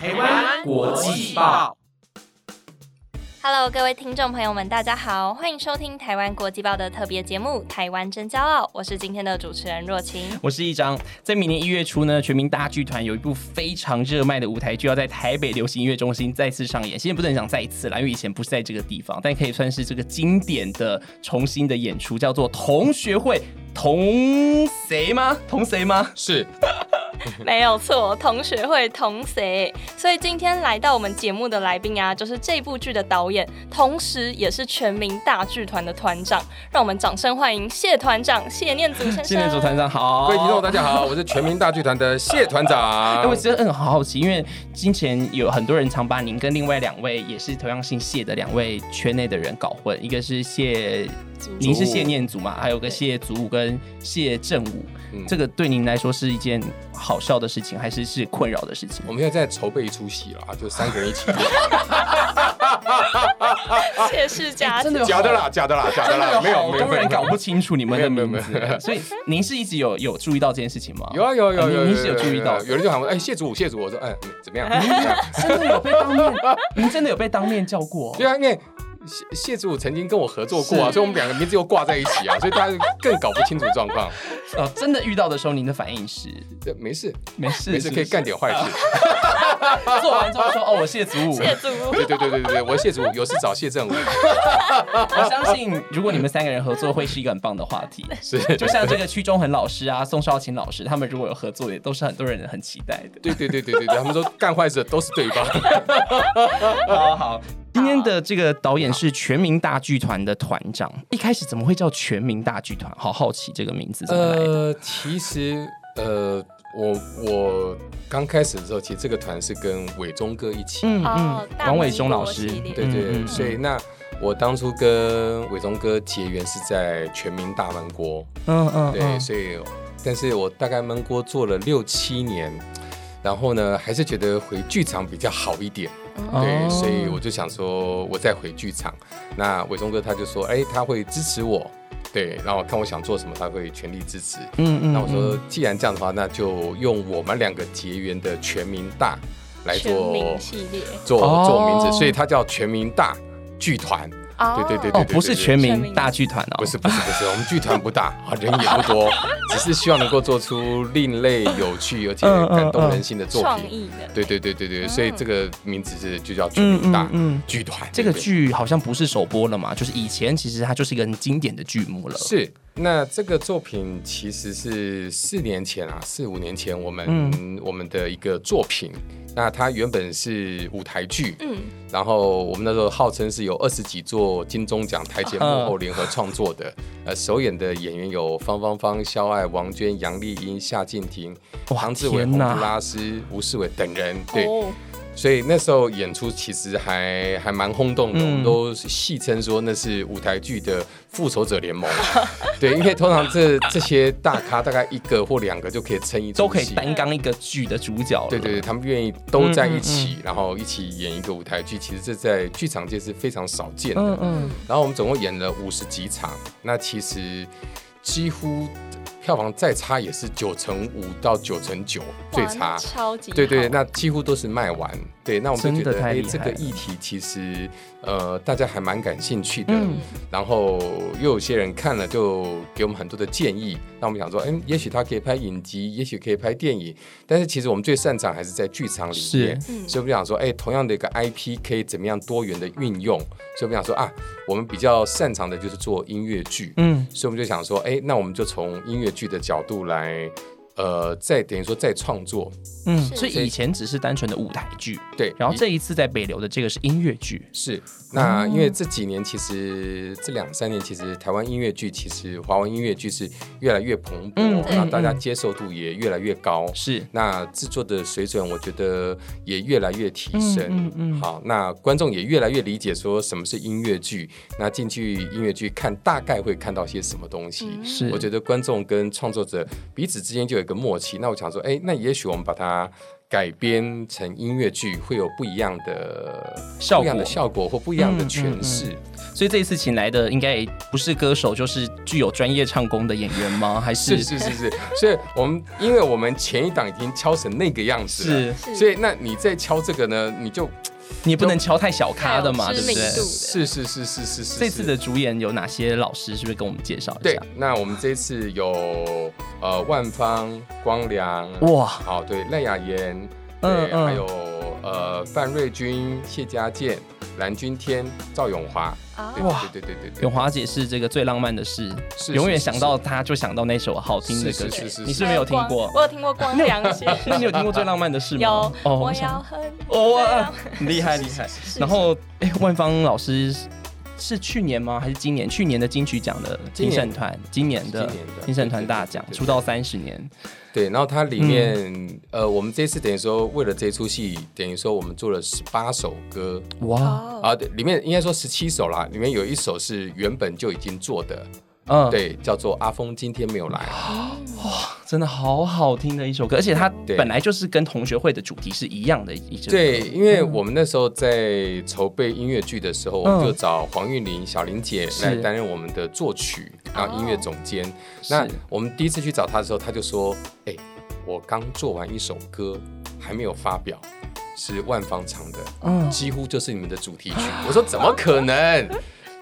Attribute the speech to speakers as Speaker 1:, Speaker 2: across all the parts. Speaker 1: 台湾国际报
Speaker 2: Hello，各位听众朋友们，大家好，欢迎收听台湾国际报的特别节目《台湾真骄傲》，我是今天的主持人若晴。
Speaker 3: 我是一张，在明年一月初呢，全民大剧团有一部非常热卖的舞台剧要在台北流行音乐中心再次上演。现在不能讲再一次啦，因为以前不是在这个地方，但可以算是这个经典的重新的演出，叫做《同学会》。同谁吗？同谁吗？
Speaker 1: 是
Speaker 2: 没有错，同学会同谁？所以今天来到我们节目的来宾啊，就是这部剧的导演，同时也是全民大剧团的团长。让我们掌声欢迎谢团长谢念祖先生。
Speaker 3: 谢念组团长好，
Speaker 4: 各位听众，大家好，我是全民大剧团的谢团
Speaker 3: 哎，
Speaker 4: 长。
Speaker 3: 我真的好好奇，因为之前有很多人常把您跟另外两位也是同样姓谢的两位圈内的人搞混，一个是谢，您是谢念祖嘛，还有个谢祖武跟谢正武，
Speaker 4: 嗯
Speaker 3: 这个对您来说是一件好笑的事情，还是是困扰的事情
Speaker 4: 我？们现在在筹备一出戏了啊，就三个人一起。
Speaker 2: 谢世家，
Speaker 3: 真的有
Speaker 4: 假啊哎的啦，假的啦，假的啦，没有
Speaker 3: 好
Speaker 4: 没有
Speaker 3: 多
Speaker 4: 没有
Speaker 3: 人搞不清楚你们的
Speaker 4: 没有
Speaker 3: 名
Speaker 4: 没有没
Speaker 3: 字，所以 您是一直有有注意到这件事情吗？
Speaker 4: 有啊有啊有啊
Speaker 3: 啊
Speaker 4: 有啊，
Speaker 3: 您您是有注意到的
Speaker 4: 有人就喊我哎谢祖武谢祖武，我说哎嗯怎么样？
Speaker 3: 真的有被当面， 您真的有被当面叫过？
Speaker 4: 对啊，因为谢谢祖武曾经跟我合作过啊，
Speaker 3: 是
Speaker 4: 所以我们两个名字又挂在一起啊，所以大家更搞不清楚状况。
Speaker 3: 呃，真的遇到的时候，您的反应是
Speaker 4: 这没事
Speaker 3: 没事，
Speaker 4: 没事，
Speaker 3: 是不
Speaker 4: 可以
Speaker 3: 是
Speaker 4: 干点坏事。
Speaker 3: 做完之后说：“哦，我谢祖武。”
Speaker 2: 谢祖武
Speaker 4: 对对对对对对，我是谢祖武有事找谢正武。
Speaker 3: 我相信，如果你们三个人合作，会是一个很棒的话题。
Speaker 4: 是，
Speaker 3: 就像这个屈中恒老师啊、宋少卿老师，他们如果有合作，也都是很多人很期待的。
Speaker 4: 对对对对对对，他们说干坏事的都是对方。
Speaker 3: 好好， 今天的这个导演是全民大剧团的团长。一开始怎么会叫全民大剧团？好好奇这个名字怎么来的。
Speaker 4: 呃，其实呃，我我刚开始的时候，其实这个团是跟伟忠哥一起，
Speaker 3: 嗯
Speaker 2: 哦大
Speaker 3: 王
Speaker 2: 门
Speaker 3: 伟
Speaker 2: 一
Speaker 3: 忠
Speaker 2: 国
Speaker 3: 老师
Speaker 2: 系列，
Speaker 4: 对对
Speaker 3: 嗯嗯
Speaker 4: 所以那我当初跟伟忠哥结缘是在全民大闷锅，
Speaker 3: 嗯嗯，
Speaker 4: 对，
Speaker 3: 嗯
Speaker 4: 所以但是我大概闷锅做了六七年。然后呢，还是觉得回剧场比较好一点，对，
Speaker 3: 哦
Speaker 4: 所以我就想说，我再回剧场。那伟忠哥他就说，哎，他会支持我，对，然后看我想做什么，他会全力支持。
Speaker 3: 嗯嗯，
Speaker 4: 那我说
Speaker 3: 嗯，
Speaker 4: 既然这样的话，那就用我们两个结缘的全民大来
Speaker 2: 全
Speaker 4: 做
Speaker 2: 民系列，
Speaker 4: 做
Speaker 3: 哦
Speaker 4: 做名字，所以它叫全民大剧团。
Speaker 2: 哦
Speaker 4: 对对对
Speaker 3: 哦，不是
Speaker 2: 全
Speaker 3: 全民
Speaker 2: 民
Speaker 3: 大剧团哦，
Speaker 4: 不是不是不是，我们剧团不大 啊，人也不多，只是希望能够做出另类、有趣而且
Speaker 3: 嗯嗯
Speaker 4: 感动人心的作
Speaker 2: 创
Speaker 4: 品。
Speaker 2: 意的，
Speaker 4: 对对对对对，
Speaker 2: 嗯
Speaker 4: 所以这个名字是就叫全
Speaker 3: 嗯，
Speaker 4: 民
Speaker 3: 嗯
Speaker 4: 大
Speaker 3: 嗯嗯。
Speaker 4: 剧团。
Speaker 3: 这个
Speaker 4: 对对
Speaker 3: 剧好像不是首播了嘛，就是以前其实它就是一个很经典的剧目了。
Speaker 4: 是，那这个作品其实是四年前啊，四五年前我们、
Speaker 3: 嗯
Speaker 4: 我们的一个作品。那它原本是舞台剧，
Speaker 2: 嗯，
Speaker 4: 然后我们那时候号称是有二十几座金钟奖台前幕
Speaker 3: 啊
Speaker 4: 后联合创作的，呃，首演的演员有方芳芳、肖爱、王娟、杨丽英、夏静婷、
Speaker 3: 哇
Speaker 4: 唐志伟、
Speaker 3: 天
Speaker 4: 洪
Speaker 3: 哪
Speaker 4: 都拉斯、吴世伟等人，对，
Speaker 2: 哦
Speaker 4: 所以那时候演出其实还还蛮轰动的，
Speaker 3: 嗯
Speaker 4: 我们都戏称说那是舞台剧的复仇者联盟。啊 对，因为通常这这些大咖大概一个或两个就可以撑一出
Speaker 3: 都可以
Speaker 4: 戏啊
Speaker 3: 担纲一个剧的主角了。
Speaker 4: 对对对，他们愿意都在一
Speaker 3: 嗯
Speaker 4: 起，然后一起演一个舞台剧，其实这在剧场界是非常少见的。
Speaker 3: 嗯嗯，
Speaker 4: 然后我们总共演了五十几场，那其实几乎票房再差也是九成五到九成九最
Speaker 2: 哇
Speaker 4: 差
Speaker 2: 那。超级
Speaker 4: 对对，
Speaker 2: 好
Speaker 4: 那几乎都是卖完。对，那我们就觉
Speaker 3: 真的
Speaker 4: 得，
Speaker 3: 太
Speaker 4: 哎、
Speaker 3: 厉害
Speaker 4: 这个
Speaker 3: 了
Speaker 4: 议题其实呃，大家还蛮感兴趣的。
Speaker 3: 嗯
Speaker 4: 然后又有些人看了，就给我们很多的建议。那我们想说，嗯，也许他可以拍影集，也许可以拍电影，但是其实我们最擅长还是在剧场里面。
Speaker 2: 是嗯
Speaker 4: 所以我们想说，哎、同样的一个 IP 可以怎么样多元的运用？所以我们想说啊，我们比较擅长的就是做音乐剧。
Speaker 3: 嗯，
Speaker 4: 所以我们就想说，哎、那我们就从音乐剧的角度来，呃，再等于说再创作，
Speaker 3: 嗯，
Speaker 2: 是
Speaker 3: 所以以前只是单纯的舞台剧，
Speaker 4: 对，
Speaker 3: 然后
Speaker 4: 一
Speaker 3: 这哦一次在北流的这个是音乐剧，
Speaker 4: 是那因为这几年其实这两三年，其实台湾音乐剧其实华文音乐剧是越来越蓬勃，
Speaker 3: 嗯
Speaker 4: 那
Speaker 3: 对
Speaker 4: 大家接受度也越来越高。
Speaker 3: 是
Speaker 4: 那制作的水准，我觉得也越来越提升。
Speaker 3: 嗯嗯嗯
Speaker 4: 好，那观众也越来越理解说什么是音乐剧，那进去音乐剧看，大概会看到些什么东西。
Speaker 2: 嗯
Speaker 3: 是，
Speaker 4: 我觉得观众跟创作者彼此之间就有个默契。那我想说，哎，那也许我们把它改编成音乐剧，会有不一样的
Speaker 3: 效
Speaker 4: 不一样的
Speaker 3: 果
Speaker 4: 效果或不一样的
Speaker 3: 嗯嗯
Speaker 4: 诠
Speaker 3: 嗯
Speaker 4: 释。
Speaker 3: 所以这一次请来的应该不是歌手，就是具有专业唱功的演员 吗？还是
Speaker 4: 是啊是是是，所以我们因为我们前一档已经敲成那个样子了，
Speaker 3: 是
Speaker 2: 是
Speaker 4: 所以那你再敲这个呢，你就
Speaker 3: 你不能敲太小咖的嘛，
Speaker 2: 太有
Speaker 3: 对
Speaker 2: 知
Speaker 3: 不
Speaker 2: 名
Speaker 3: 对
Speaker 2: 度？的
Speaker 4: 是是是是是是。
Speaker 3: 这次的主演有哪些老师？是不是跟我们介绍一
Speaker 4: 对
Speaker 3: 下？，
Speaker 4: 那我们这次有呃万芳、光良，
Speaker 3: 哇，
Speaker 4: 好对赖雅妍，
Speaker 3: 嗯
Speaker 4: 对，
Speaker 3: 嗯
Speaker 4: 还有呃范瑞君、谢家健、蓝君天、赵永华，
Speaker 2: 啊
Speaker 4: 对
Speaker 3: 哇
Speaker 4: 对对对对对，
Speaker 3: 永华姐是这个最浪漫的事，
Speaker 4: 是
Speaker 3: 永远
Speaker 4: 是是
Speaker 3: 想到她就想到那首好听的歌
Speaker 4: 是
Speaker 3: 曲
Speaker 4: 是是，是
Speaker 3: 你是没有听
Speaker 2: 还
Speaker 3: 过
Speaker 2: 光？我有听过光 良姐，
Speaker 3: 那你有听过最浪漫的事吗？
Speaker 2: 有
Speaker 3: 哦，
Speaker 2: 我
Speaker 3: 想
Speaker 2: 要很
Speaker 3: 哦，
Speaker 2: 对
Speaker 3: 哇
Speaker 2: 啊
Speaker 3: 厉害厉害。
Speaker 2: 是
Speaker 3: 然后，哎，万芳老师是是去年吗？还是今年？去年的金曲奖的评
Speaker 4: 今年
Speaker 3: 审团，今年的
Speaker 4: 今年的
Speaker 3: 评审团大奖
Speaker 4: 对，对对对
Speaker 3: 出道三十年，
Speaker 4: 对，然后它里面、呃，我们这次等于说为了这出戏，等于说我们做了十八首歌，
Speaker 3: 哇，
Speaker 2: 哦
Speaker 4: 啊，对，里面应该说十七首啦，里面有一首是原本就已经做的，
Speaker 3: 嗯，，
Speaker 4: 对，叫做《阿峰今天没有来》。
Speaker 3: 真的好好听的一首歌，而且它
Speaker 4: 对
Speaker 3: 本来就是跟同学会的主题是一样的一首歌，
Speaker 4: 对，因为我们那时候在筹备音乐剧的时候，我
Speaker 3: 嗯
Speaker 4: 们就找黄韵玲、小玲姐
Speaker 3: 是
Speaker 4: 来担任我们的作曲，然后音乐总监。
Speaker 3: 是
Speaker 4: 那我们第一次去找她的时候，她就说：“哎、我刚做完一首歌，还没有发表。”是万芳唱的，
Speaker 3: 嗯
Speaker 4: 几乎就是你们的主题曲。我说怎么可能？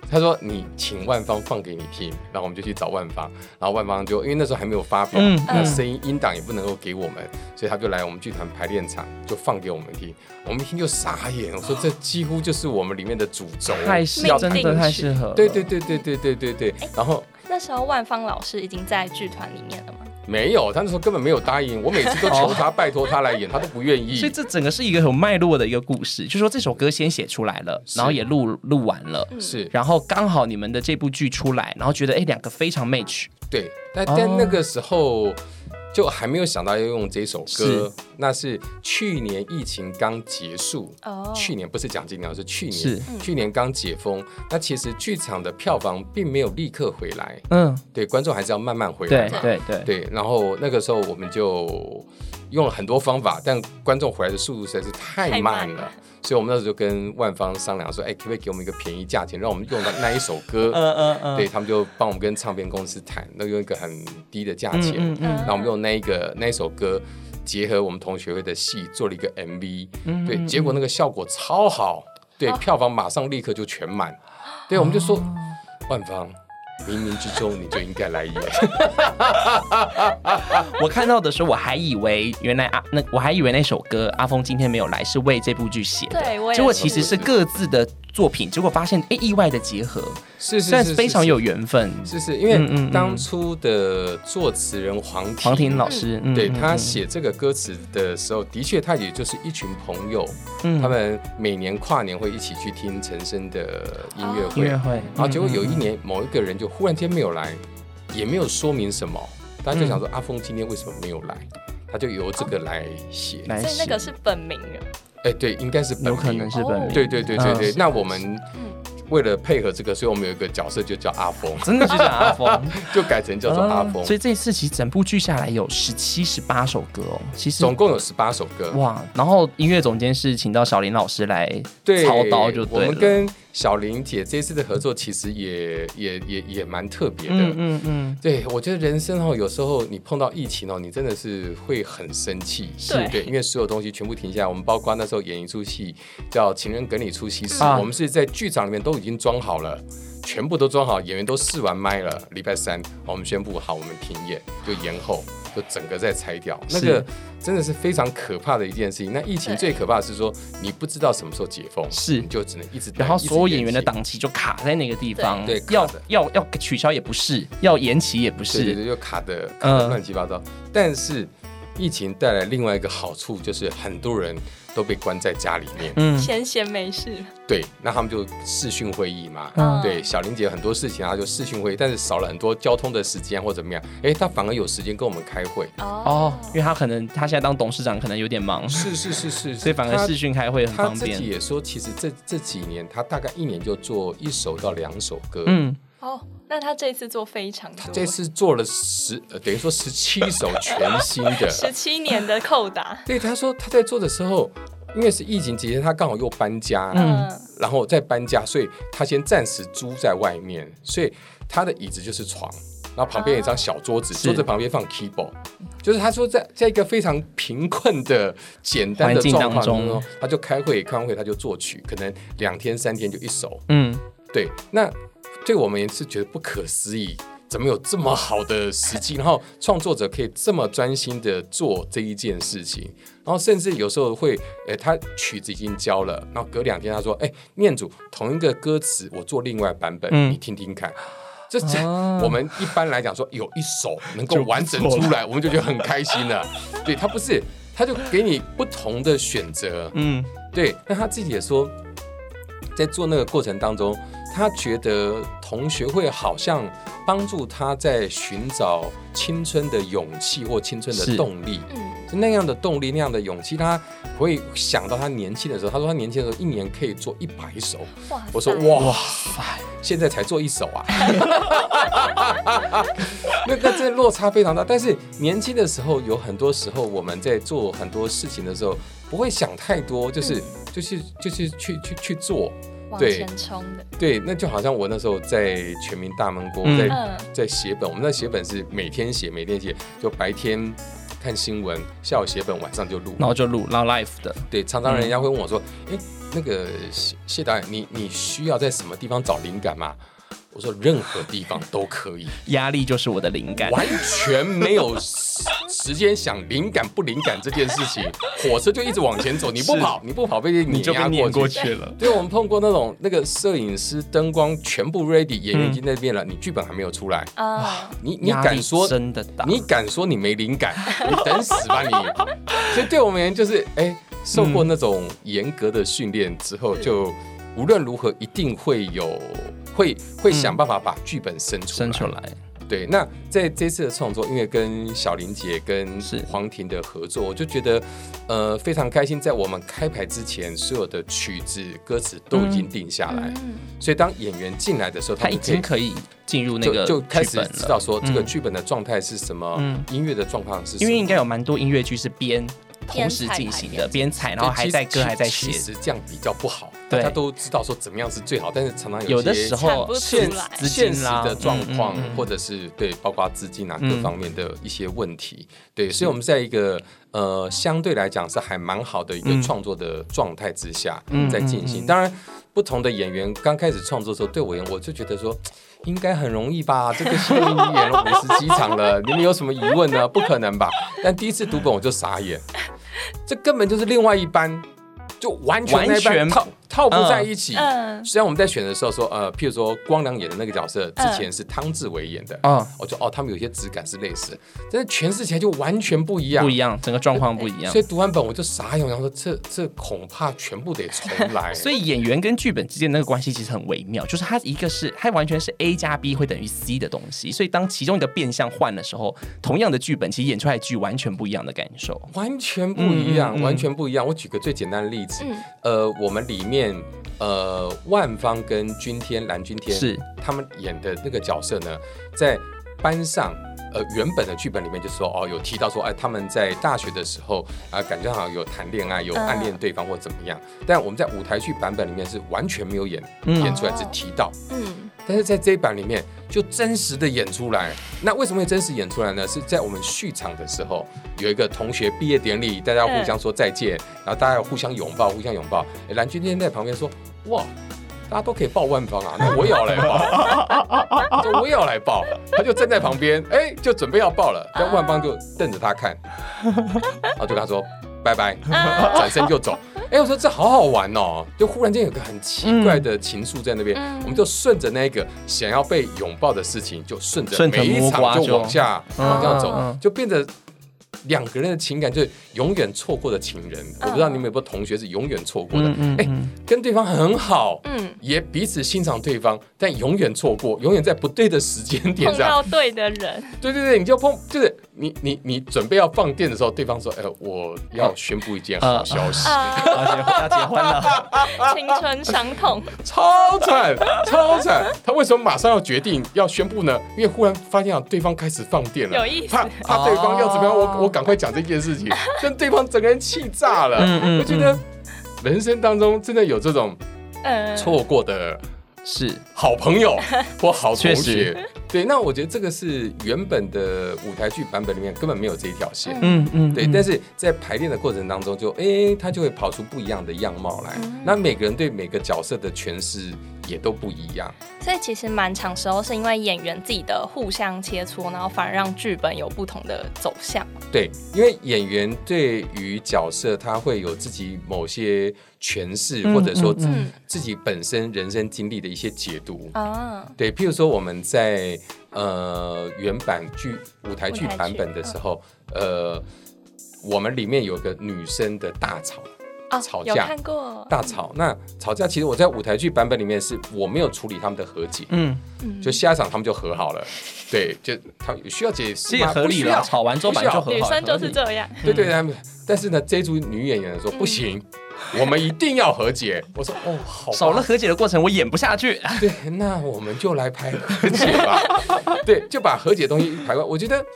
Speaker 4: 他说你请万芳放给你听，然后我们就去找万芳，然后万芳就因为那时候还没有发表，
Speaker 3: 嗯
Speaker 4: 那
Speaker 3: 嗯
Speaker 4: 声音音档也不能够给我们，所以他就来我们剧团排练场就放给我们听，我们一听就傻眼，我说这几乎就是我们里面的主轴，
Speaker 3: 太适
Speaker 4: 要
Speaker 3: 真的太适合了，
Speaker 4: 对对对对对对对对，然后
Speaker 2: 那时候万芳老师已经在剧团里面了吗？
Speaker 4: 没有，他那时候根本没有答应，我每次都求他拜托他来演，他都不愿
Speaker 3: 哦所
Speaker 4: 意。
Speaker 3: 以这整个是一个有脉络的一个故事，就说这首歌先写出来了，
Speaker 4: 是
Speaker 3: 然后也录录完了，
Speaker 2: 嗯
Speaker 4: 是
Speaker 3: 然后刚好你们的这部剧出来，然后觉得哎两个非常 match，
Speaker 4: 对，但
Speaker 3: 哦
Speaker 4: 但那个时候就还没有想到要用这首歌
Speaker 3: 是，
Speaker 4: 那是去年疫情刚结束，
Speaker 2: 哦
Speaker 4: 去年不是讲今年，是去年，
Speaker 3: 是
Speaker 4: 去年刚解封。那其实剧场的票房并没有立刻回来，
Speaker 3: 嗯，
Speaker 4: 对，观众还是要慢慢回来
Speaker 3: 对
Speaker 4: 嘛。
Speaker 3: 对对，
Speaker 4: 对，然后那个时候我们就用了很多方法，但观众回来的速度实在是太
Speaker 2: 太
Speaker 4: 慢
Speaker 2: 慢
Speaker 4: 了
Speaker 2: 了，
Speaker 4: 所以我们那时候就跟万方商量说，哎，可不可以给我们一个便宜价钱，让我们用到那一首歌？
Speaker 3: 嗯嗯嗯，
Speaker 4: 对他们就帮我们跟唱片公司谈，那用一个很低的价
Speaker 3: 嗯
Speaker 4: 钱，
Speaker 3: 嗯嗯，
Speaker 4: 那我们用那一个那一首歌结合我们同学会的戏做了一个 MV，、对，
Speaker 3: 嗯
Speaker 4: 结果那个效果超好，对，
Speaker 3: 哦
Speaker 4: 票房马上立刻就全满，对，我们就说、万芳，冥冥之中你就应该来演，
Speaker 3: 我看到的时候我还以为原来啊，那我还以为那首歌阿峰今天没有来是为这部剧写的，
Speaker 2: 对我也
Speaker 3: 结果
Speaker 2: 是
Speaker 3: 其实是各自的作品，结果发现哎意外的结合，
Speaker 4: 是
Speaker 3: 虽然非常有缘分，
Speaker 4: 是是，因
Speaker 3: 嗯嗯
Speaker 4: 为
Speaker 3: 嗯
Speaker 4: 当初的作词人黄婷
Speaker 3: 黄婷老师，嗯
Speaker 4: 对
Speaker 3: 嗯
Speaker 4: 他
Speaker 3: 嗯
Speaker 4: 写这个歌词的时候，的确他也就是一群朋友，
Speaker 3: 嗯
Speaker 4: 他们每年跨年会一起去听陈升的音乐会，
Speaker 3: 音乐会，
Speaker 4: 然啊后结果
Speaker 3: 嗯嗯
Speaker 4: 有一年某一个人就忽然间没有来，也没有说明什么，大家就想说阿峰今天为什么没有来，他就由这个来写，
Speaker 3: 来
Speaker 2: 所以那
Speaker 3: 写
Speaker 2: 个是本名啊人，
Speaker 4: 哎，对，应该是本
Speaker 3: 有可能
Speaker 4: 名
Speaker 3: 是本名，
Speaker 4: 对对对对对，
Speaker 3: 嗯
Speaker 4: 那我们为了配合这个，所以我们有一个角色就叫阿峰，
Speaker 3: 真的就叫阿峰，
Speaker 4: 就改成 叫做阿
Speaker 3: 啊
Speaker 4: 峰，
Speaker 3: 所以这次其实整部剧下来有十七、十八首歌哦，其实
Speaker 4: 总共有十八首歌，
Speaker 3: 哇，然后音乐总监是请到小林老师来
Speaker 4: 对，
Speaker 3: 操刀就
Speaker 4: 我
Speaker 3: 对
Speaker 4: 们
Speaker 3: 了。
Speaker 4: 跟小林姐这次的合作其实也也也也蛮特别的。
Speaker 3: 嗯嗯嗯，
Speaker 4: 对，我觉得人生哦，有时候你碰到疫情哦，你真的是会很生气，
Speaker 2: 是对
Speaker 4: 对，因为所有东西全部停下来。我们包括那时候演一出戏叫《情人梗你出西施》
Speaker 3: 啊
Speaker 4: 我们是在剧场里面都已经装好了，全部都装好，演员都试完麦了。礼拜三我们宣布好，我们停演，就延后，就整个再拆掉。那
Speaker 3: 是
Speaker 4: 个真的是非常可怕的一件事情。那疫情最可怕的是说，你不知道什么时候解封，
Speaker 3: 是
Speaker 4: 你就只能一直待
Speaker 3: 然后
Speaker 4: 一直
Speaker 3: 所有演
Speaker 4: 戏
Speaker 3: 员的档期就卡在那个地方，
Speaker 4: 对对
Speaker 3: 要
Speaker 4: 卡着
Speaker 3: 要要取消也不是，要延期也不
Speaker 4: 对对
Speaker 3: 是，
Speaker 4: 对，就卡的卡的
Speaker 3: 嗯
Speaker 4: 乱七八糟。但是疫情带来另外一个好处，就是很多人都被关在家里面，
Speaker 3: 嗯
Speaker 2: 闲闲没事，
Speaker 4: 对，那他们就视讯会议嘛。
Speaker 3: 嗯
Speaker 4: 对，小玲姐很多事情啊，她就视讯会议，但是少了很多交通的时间或怎么样，哎，她反而有时间跟我们开会。
Speaker 2: 哦
Speaker 3: 哦，因为他可能他现在当董事长可能有点忙，
Speaker 4: 是是是是，
Speaker 3: 所以反而
Speaker 4: 她
Speaker 3: 视讯开会很
Speaker 4: 她
Speaker 3: 方
Speaker 4: 自己
Speaker 3: 便。
Speaker 4: 也说，其实这这几年她大概一年就做一首到两首歌，
Speaker 3: 嗯，
Speaker 2: 哦，那他这次做非常多，
Speaker 4: 这次做了十，呃、等于说十七首全新的。
Speaker 2: 十七年的扣打，
Speaker 4: 对，他说他在做的时候，因为是疫情期间，他刚好又搬家，
Speaker 2: 嗯，
Speaker 4: 然后再搬家，所以他先暂时租在外面，所以他的椅子就是床，然后旁边有一张小桌子，桌子旁边放 keyboard，就是他说在在一个非常贫困的简单的
Speaker 3: 环境
Speaker 4: 状况
Speaker 3: 当中
Speaker 4: 中，他就开会，开完会他就作曲，可能两天三天就一首，
Speaker 3: 嗯，
Speaker 4: 对，那对我们也是觉得不可思议，怎么有这么好的时机，然后创作者可以这么专心的做这一件事情，然后甚至有时候会，呃，他曲子已经交了，然后隔两天他说，哎，念祖同一个歌词我做另外版本，
Speaker 3: 嗯啊
Speaker 4: 你听听看。这这，我们一般来讲说有一首能够
Speaker 3: 就不
Speaker 4: 完整
Speaker 3: 错
Speaker 4: 出来，我们就觉得很开心了。对他不是，他就给你不同的选择，
Speaker 3: 嗯，
Speaker 4: 对，那他自己也说，在做那个过程当中，他觉得同学会好像帮助他在寻找青春的勇气或青春
Speaker 3: 是
Speaker 4: 的动力。
Speaker 2: 嗯，
Speaker 4: 就那样的动力，那样的勇气，他会想到他年轻的时候。他说他年轻的时候一年可以做一百首。
Speaker 2: 哇塞，
Speaker 4: 我说哇塞，现在才做一首啊， 那那真的落差非常大。但是年轻的时候，有很多时候我们在做很多事情的时候，不会想太多，就是、就是就是去去去做。
Speaker 2: 往
Speaker 4: 对
Speaker 2: 前冲的，
Speaker 4: 对，那就好像我那时候在全民大闷锅，
Speaker 3: 嗯
Speaker 4: 在
Speaker 2: 嗯，
Speaker 4: 在写本，我们那写本是每天写，每天写，就白天看新闻，下午写本，晚上就录。
Speaker 3: 然后就录 Loud Life 的，
Speaker 4: 对，常常人家会问我说：“哎、那个谢谢导演，你你需要在什么地方找灵感吗？”我说：“任何地方都可 以，
Speaker 3: 压力就是我的灵感。
Speaker 4: 完全没有时时间想灵感不灵感这件事情。火车就一直往前走，你不
Speaker 3: 是
Speaker 4: 跑，你不跑被碾压过去。
Speaker 3: 去了，
Speaker 4: 对，我们碰过那种那个摄影师、灯光全部 ready，演员已经在那边了，你剧本还没有出来，
Speaker 2: 啊，
Speaker 4: 你你
Speaker 3: 压力
Speaker 4: 敢说
Speaker 3: 真的大？
Speaker 4: 你敢说你没灵感？ 你等死吧你！所以对我们而言，就是哎、受过那种严格的训练之后，就无论如何一定会有会会想办法把剧本生出来。
Speaker 3: 生出来，
Speaker 4: 对，那在这次的创作，因为跟小林姐跟
Speaker 3: 是
Speaker 4: 黄婷的合作，我就觉得呃非常开心。在我们开排之前，所有的曲子、歌词都已经定下来，
Speaker 2: 嗯，
Speaker 4: 所以当演员进来的时候，
Speaker 3: 他
Speaker 4: 们
Speaker 3: 已
Speaker 4: 可以
Speaker 3: 经可以进入那
Speaker 4: 就
Speaker 3: 个
Speaker 4: 就开
Speaker 3: 剧
Speaker 4: 始
Speaker 3: 本
Speaker 4: 知
Speaker 3: 了
Speaker 4: 道说这个
Speaker 3: 嗯
Speaker 4: 剧本的状态是什么，
Speaker 3: 嗯
Speaker 4: 音乐的状况是什
Speaker 3: 因
Speaker 4: 么。
Speaker 3: 为应该有蛮多音乐剧是编同
Speaker 2: 边
Speaker 3: 时
Speaker 2: 采
Speaker 3: 进
Speaker 2: 还
Speaker 3: 行
Speaker 2: 边
Speaker 3: 的编采，然
Speaker 4: 对
Speaker 3: 后还
Speaker 4: 其
Speaker 3: 在
Speaker 4: 实
Speaker 3: 歌还在
Speaker 4: 其
Speaker 3: 写。
Speaker 4: 其实这样比较不好，
Speaker 3: 对
Speaker 4: 大家都知道说怎么样是最好，但是常常有
Speaker 3: 有的
Speaker 4: 些
Speaker 3: 时
Speaker 2: 产
Speaker 3: 候
Speaker 2: 不出
Speaker 3: 现
Speaker 2: 来
Speaker 3: 资
Speaker 4: 现
Speaker 3: 金
Speaker 4: 实
Speaker 3: 啦
Speaker 4: 的状况，
Speaker 3: 嗯嗯嗯
Speaker 4: 或者是对包括资金啊、
Speaker 3: 嗯
Speaker 4: 各方面的一些问题，对，所以我们在一个呃相对来讲是还蛮好的一个
Speaker 3: 嗯
Speaker 4: 创作的状态之下
Speaker 3: 嗯
Speaker 4: 在进行。当然，不同的演员刚开始创作的时候，对我而言我就觉得说。应该很容易吧？这个戏已经演了五十几场了，你们有什么疑问呢？不可能吧？但第一次读本我就傻眼，这根本就是另外一班，就完全
Speaker 3: 完
Speaker 4: 那一班
Speaker 3: 全
Speaker 4: 套套不在一起。
Speaker 2: 嗯
Speaker 4: 虽然我们在选的时候说，呃，譬如说光良演的那个角色，之
Speaker 2: 嗯
Speaker 4: 前是汤志伟演的，
Speaker 3: 哦，
Speaker 4: 我就哦，他们有些质感是类似，但是诠释起来就完全不一样，
Speaker 3: 不一样，整个状况不一样
Speaker 4: 所。以读完本我就傻眼，然后说这这恐怕全部得重来。
Speaker 3: 所以演员跟剧本之间那个关系其实很微妙，就是它一个是它完全是 A 加 B 会等于 C 的东西，所以当其中一个变相换的时候，同样的剧本其实演出来的剧完全不一样的感受。
Speaker 4: 完全不一样，
Speaker 3: 嗯嗯嗯
Speaker 4: 完全不一样。我举个最简单的例子，
Speaker 2: 嗯
Speaker 4: 呃，我们里面呃万芳跟君天蓝君天
Speaker 3: 是
Speaker 4: 他们演的那个角色呢，在班上。呃，原本的剧本里面就说哦，有提到说，哎，他们在大学的时候啊、感觉好像有谈恋爱，有
Speaker 2: 嗯
Speaker 4: 暗恋对方或怎么样。但我们在舞台剧版本里面是完全没有演、
Speaker 3: 嗯
Speaker 4: 演出来，只提到。
Speaker 2: 嗯，
Speaker 4: 但是在这一版里面就真实的演出来。那为什么会真实演出来呢？是在我们序场的时候，有一个同学毕业典礼，大家互相说再见，然后大家互相拥抱，互相拥抱。诶蓝军天在旁边说：“哇。”大家都可以抱万方啊，那我也要来抱，就我也要来抱，他就站在旁边，哎、就准备要抱了，但万方就瞪着他看，然后就跟他说拜拜，转身就走。哎、我说这好好玩哦，就忽然间有个很奇怪的情愫在那边，
Speaker 2: 嗯
Speaker 4: 我们就顺着那个想要被拥抱的事情，就顺着
Speaker 3: 顺藤
Speaker 4: 每一
Speaker 3: 摸瓜
Speaker 4: 场就
Speaker 3: 就
Speaker 4: 往下
Speaker 3: 嗯
Speaker 4: 往下走，
Speaker 3: 嗯嗯
Speaker 4: 就变得。两个人的情感就是永远错过的情人，我不
Speaker 2: 嗯
Speaker 4: 知道你们有没有同学是永远错过的，哎、
Speaker 3: 嗯嗯 嗯
Speaker 4: 跟对方很好，
Speaker 2: 嗯
Speaker 4: 也彼此欣赏对方，但永远错过，永远在不对的时间点
Speaker 2: 碰
Speaker 4: 上，
Speaker 2: 到对的人，
Speaker 4: 对对对，你就碰，就是你你你准备要放电的时候，对方说：“哎、我要宣布一件好消
Speaker 3: 嗯
Speaker 4: 息。
Speaker 2: 啊，
Speaker 3: 要结要结婚了，
Speaker 2: 青春伤痛，
Speaker 4: 超惨，超惨！他为什么马上要决定要宣布呢？因为忽然发现啊，对方开始放电了，
Speaker 2: 有意思
Speaker 4: 怕怕对方要怎么
Speaker 3: 哦
Speaker 4: 样，我我赶快讲这件事情，但对方整个人气炸了。
Speaker 3: 嗯嗯
Speaker 4: 我觉得人生当中真的有这种
Speaker 2: 嗯，
Speaker 4: 错过的
Speaker 3: 是
Speaker 4: 好朋 友或好同
Speaker 3: 确
Speaker 4: 学
Speaker 3: 实，
Speaker 4: 对，那我觉得这个是原本的舞台剧版本里面根本没有这一条线。
Speaker 3: 嗯嗯，
Speaker 4: 对，
Speaker 3: 嗯
Speaker 4: 但是在排练的过程当中就，诶，他就会跑出不一样的样貌来。
Speaker 2: 嗯
Speaker 4: 那每个人对每个角色的诠释也都不一样。
Speaker 2: 所以其实蛮长时候是因为演员自己的互相切磋，然后反而让剧本有不同的走向。
Speaker 4: 对，因为演员对于角色他会有自己某些诠释，
Speaker 3: 嗯
Speaker 4: 或者说
Speaker 3: 嗯
Speaker 4: 自
Speaker 2: 嗯
Speaker 4: 自己本身人生经历的一些解读。
Speaker 2: 啊，
Speaker 4: 对，譬如说我们在呃原版剧舞台剧
Speaker 2: 舞台剧嗯
Speaker 4: 版本的时候，呃，我们里面有个女生的大吵。
Speaker 2: 啊
Speaker 4: 吵架
Speaker 2: 有看过，
Speaker 4: 大吵，那吵架其实我在舞台剧版本里面是我没有处理他们的和解，
Speaker 3: 嗯，
Speaker 2: 嗯
Speaker 4: 就下一场他们就和好了。对，就他们需要解释
Speaker 3: 这也
Speaker 4: 吗
Speaker 3: 合
Speaker 4: 不
Speaker 3: 理
Speaker 4: 需
Speaker 3: 了，
Speaker 4: 要
Speaker 3: 吵嗯完之后
Speaker 4: 不
Speaker 3: 反
Speaker 4: 需
Speaker 3: 正就
Speaker 4: 要
Speaker 3: 和好
Speaker 2: 女
Speaker 3: 了，
Speaker 2: 生就
Speaker 3: 合
Speaker 2: 是
Speaker 3: 理，
Speaker 2: 这样，
Speaker 4: 对对，他们。但是呢，这一组女演员说
Speaker 3: 嗯
Speaker 4: 不行，我们一定要和 解。我说哦，好吧，
Speaker 3: 少了和解的过程我演不下去，
Speaker 4: 对，那我们就来拍和解 吧。对，就把和解的东西一排完。我觉得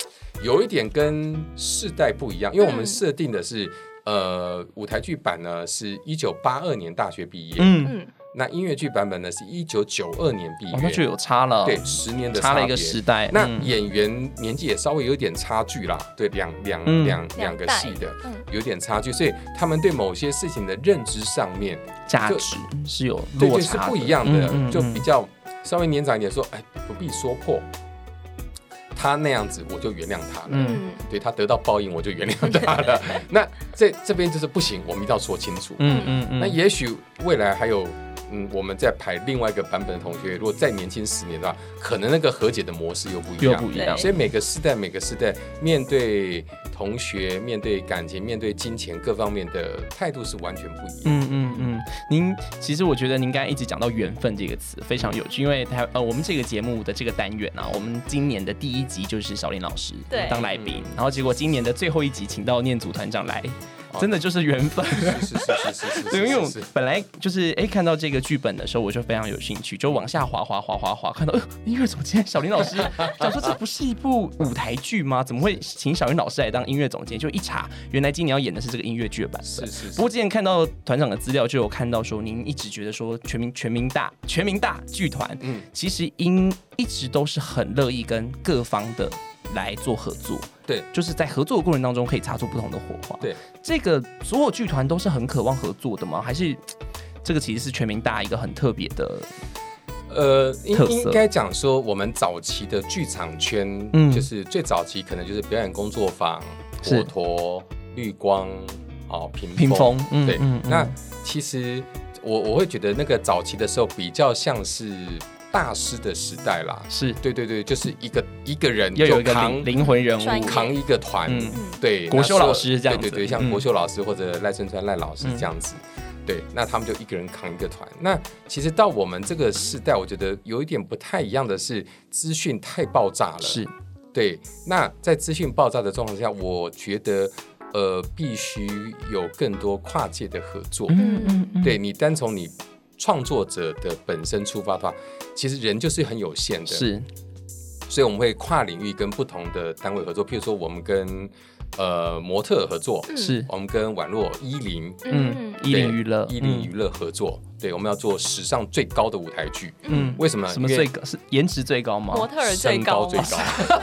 Speaker 4: 有一点跟世代不一样，因为我们
Speaker 2: 嗯
Speaker 4: 设定的是，呃，舞台剧版呢是一九八二年大学毕业，
Speaker 3: 嗯，
Speaker 2: 嗯，
Speaker 4: 那音乐剧版本呢是一九九二年毕
Speaker 3: 哦，那就
Speaker 4: 业，
Speaker 3: 有差了，
Speaker 4: 对，，十年的
Speaker 3: 差了一
Speaker 4: 别
Speaker 3: 个时。代，
Speaker 4: 那
Speaker 3: 嗯
Speaker 4: 演员年纪也稍微有点差距啦，对，两两
Speaker 3: 嗯
Speaker 4: 两两
Speaker 2: 两
Speaker 4: 个
Speaker 2: 代
Speaker 4: 戏的，
Speaker 2: 嗯
Speaker 4: 有点差距，所以他们对某些事情的认知上面，
Speaker 3: 价
Speaker 4: 就
Speaker 3: 值是有
Speaker 4: 对
Speaker 3: 落
Speaker 4: 对是
Speaker 3: 差
Speaker 4: 不一样的，
Speaker 3: 嗯嗯
Speaker 4: 就
Speaker 3: 嗯
Speaker 4: 比较稍微年长一点说，哎，不必说破，他那样子我就原谅他了，
Speaker 3: 嗯
Speaker 2: 嗯
Speaker 4: 对他得到报应我就原谅他了。 那这这边就是不行，我们一定要说清楚。
Speaker 3: 嗯嗯嗯，
Speaker 4: 那也许未来还有。嗯，我们在排另外一个版本的同学，如果再年轻十年的话，可能那个和解的模式又不一
Speaker 3: 又
Speaker 4: 样
Speaker 3: 不。一样，
Speaker 4: 所以每个时代，每个时代面对同学、面对感情、面对金钱各方面的态度是完全不一样。
Speaker 3: 嗯嗯嗯，您其实我觉得您刚才一直讲到缘分这个词非常有趣，因为台呃我们这个节目的这个单元啊，我们今年的第一集就是小林老师
Speaker 2: 对
Speaker 3: 当来宾，然后结果今年的最后一集请到念祖团 长来，哦真的就是缘分。
Speaker 4: 是是是是是
Speaker 3: 对，因为
Speaker 4: 是
Speaker 3: 我
Speaker 4: 是是。
Speaker 3: 本来就是哎看到这个剧本的时候，我就非常有兴趣，就往下滑滑滑滑滑，看到哎呦音乐总监小林 老师，想说这不是一部舞台剧吗？怎么会请小林老师来当音乐总监？就一查，原来今年要演的是这个音乐剧的版本。
Speaker 4: 是是
Speaker 3: 不过之前看到团长的资料，就有看到说您一直觉得说全民全民大全民大剧团，嗯
Speaker 4: 嗯，
Speaker 3: 其实应一直都是很乐意跟各方的来做合作，
Speaker 4: 对
Speaker 3: 就是在合作的过程当中可以擦出不同的火花。
Speaker 4: 对，
Speaker 3: 这个所有剧团都是很渴望合作的吗？还是嘖这个其实是全民大一个很特别的？
Speaker 4: 呃，应
Speaker 3: 特色
Speaker 4: 应该讲说，我们早期的剧场圈，
Speaker 3: 嗯
Speaker 4: 就是最早期可能就是表演工作坊、
Speaker 3: 是
Speaker 4: 火陀、绿光、哦屏
Speaker 3: 屏风嗯
Speaker 4: 对，
Speaker 3: 嗯嗯
Speaker 4: 那其实我我会觉得那个早期的时候比较像是大师的时代啦。
Speaker 3: 是
Speaker 4: 对对对，就是一个一个人
Speaker 3: 要有
Speaker 4: 就
Speaker 3: 一个
Speaker 4: 扛
Speaker 3: 灵灵魂人
Speaker 2: 专
Speaker 3: 物
Speaker 2: 业，
Speaker 4: 扛一个团，
Speaker 3: 嗯
Speaker 4: 对，
Speaker 3: 国
Speaker 4: 那
Speaker 3: 修老
Speaker 4: 说
Speaker 3: 师这样子
Speaker 4: 对对对，像
Speaker 3: 嗯
Speaker 4: 国修老师或者赖声川赖老师这样子，对，那他们就一个人扛一个团。那其实到我们这个时代，我觉得有一点不太一样的是，资讯太爆炸了，
Speaker 3: 是
Speaker 4: 对。那在资讯爆炸的状况下，我觉得呃，必须有更多跨界的合作。
Speaker 3: 嗯嗯嗯，
Speaker 4: 对你单从你创作者的本身出发的话，其实人就是很有限的，
Speaker 3: 是
Speaker 4: 所以我们会跨领域跟不同的单位合作，譬如说我们跟呃模特合作，
Speaker 3: 是
Speaker 4: 我们跟宛若依林
Speaker 3: 嗯
Speaker 2: 嗯，
Speaker 3: 一零娱乐
Speaker 4: 依林娱乐合作，对，我们要做史上最高的舞台剧，
Speaker 3: 嗯
Speaker 4: 为什么？
Speaker 3: 什么
Speaker 4: 因
Speaker 3: 最
Speaker 4: 为
Speaker 3: 高是颜值最高吗？
Speaker 2: 模特儿最
Speaker 4: 身高
Speaker 2: 高
Speaker 4: 最
Speaker 2: 吗，
Speaker 4: 高，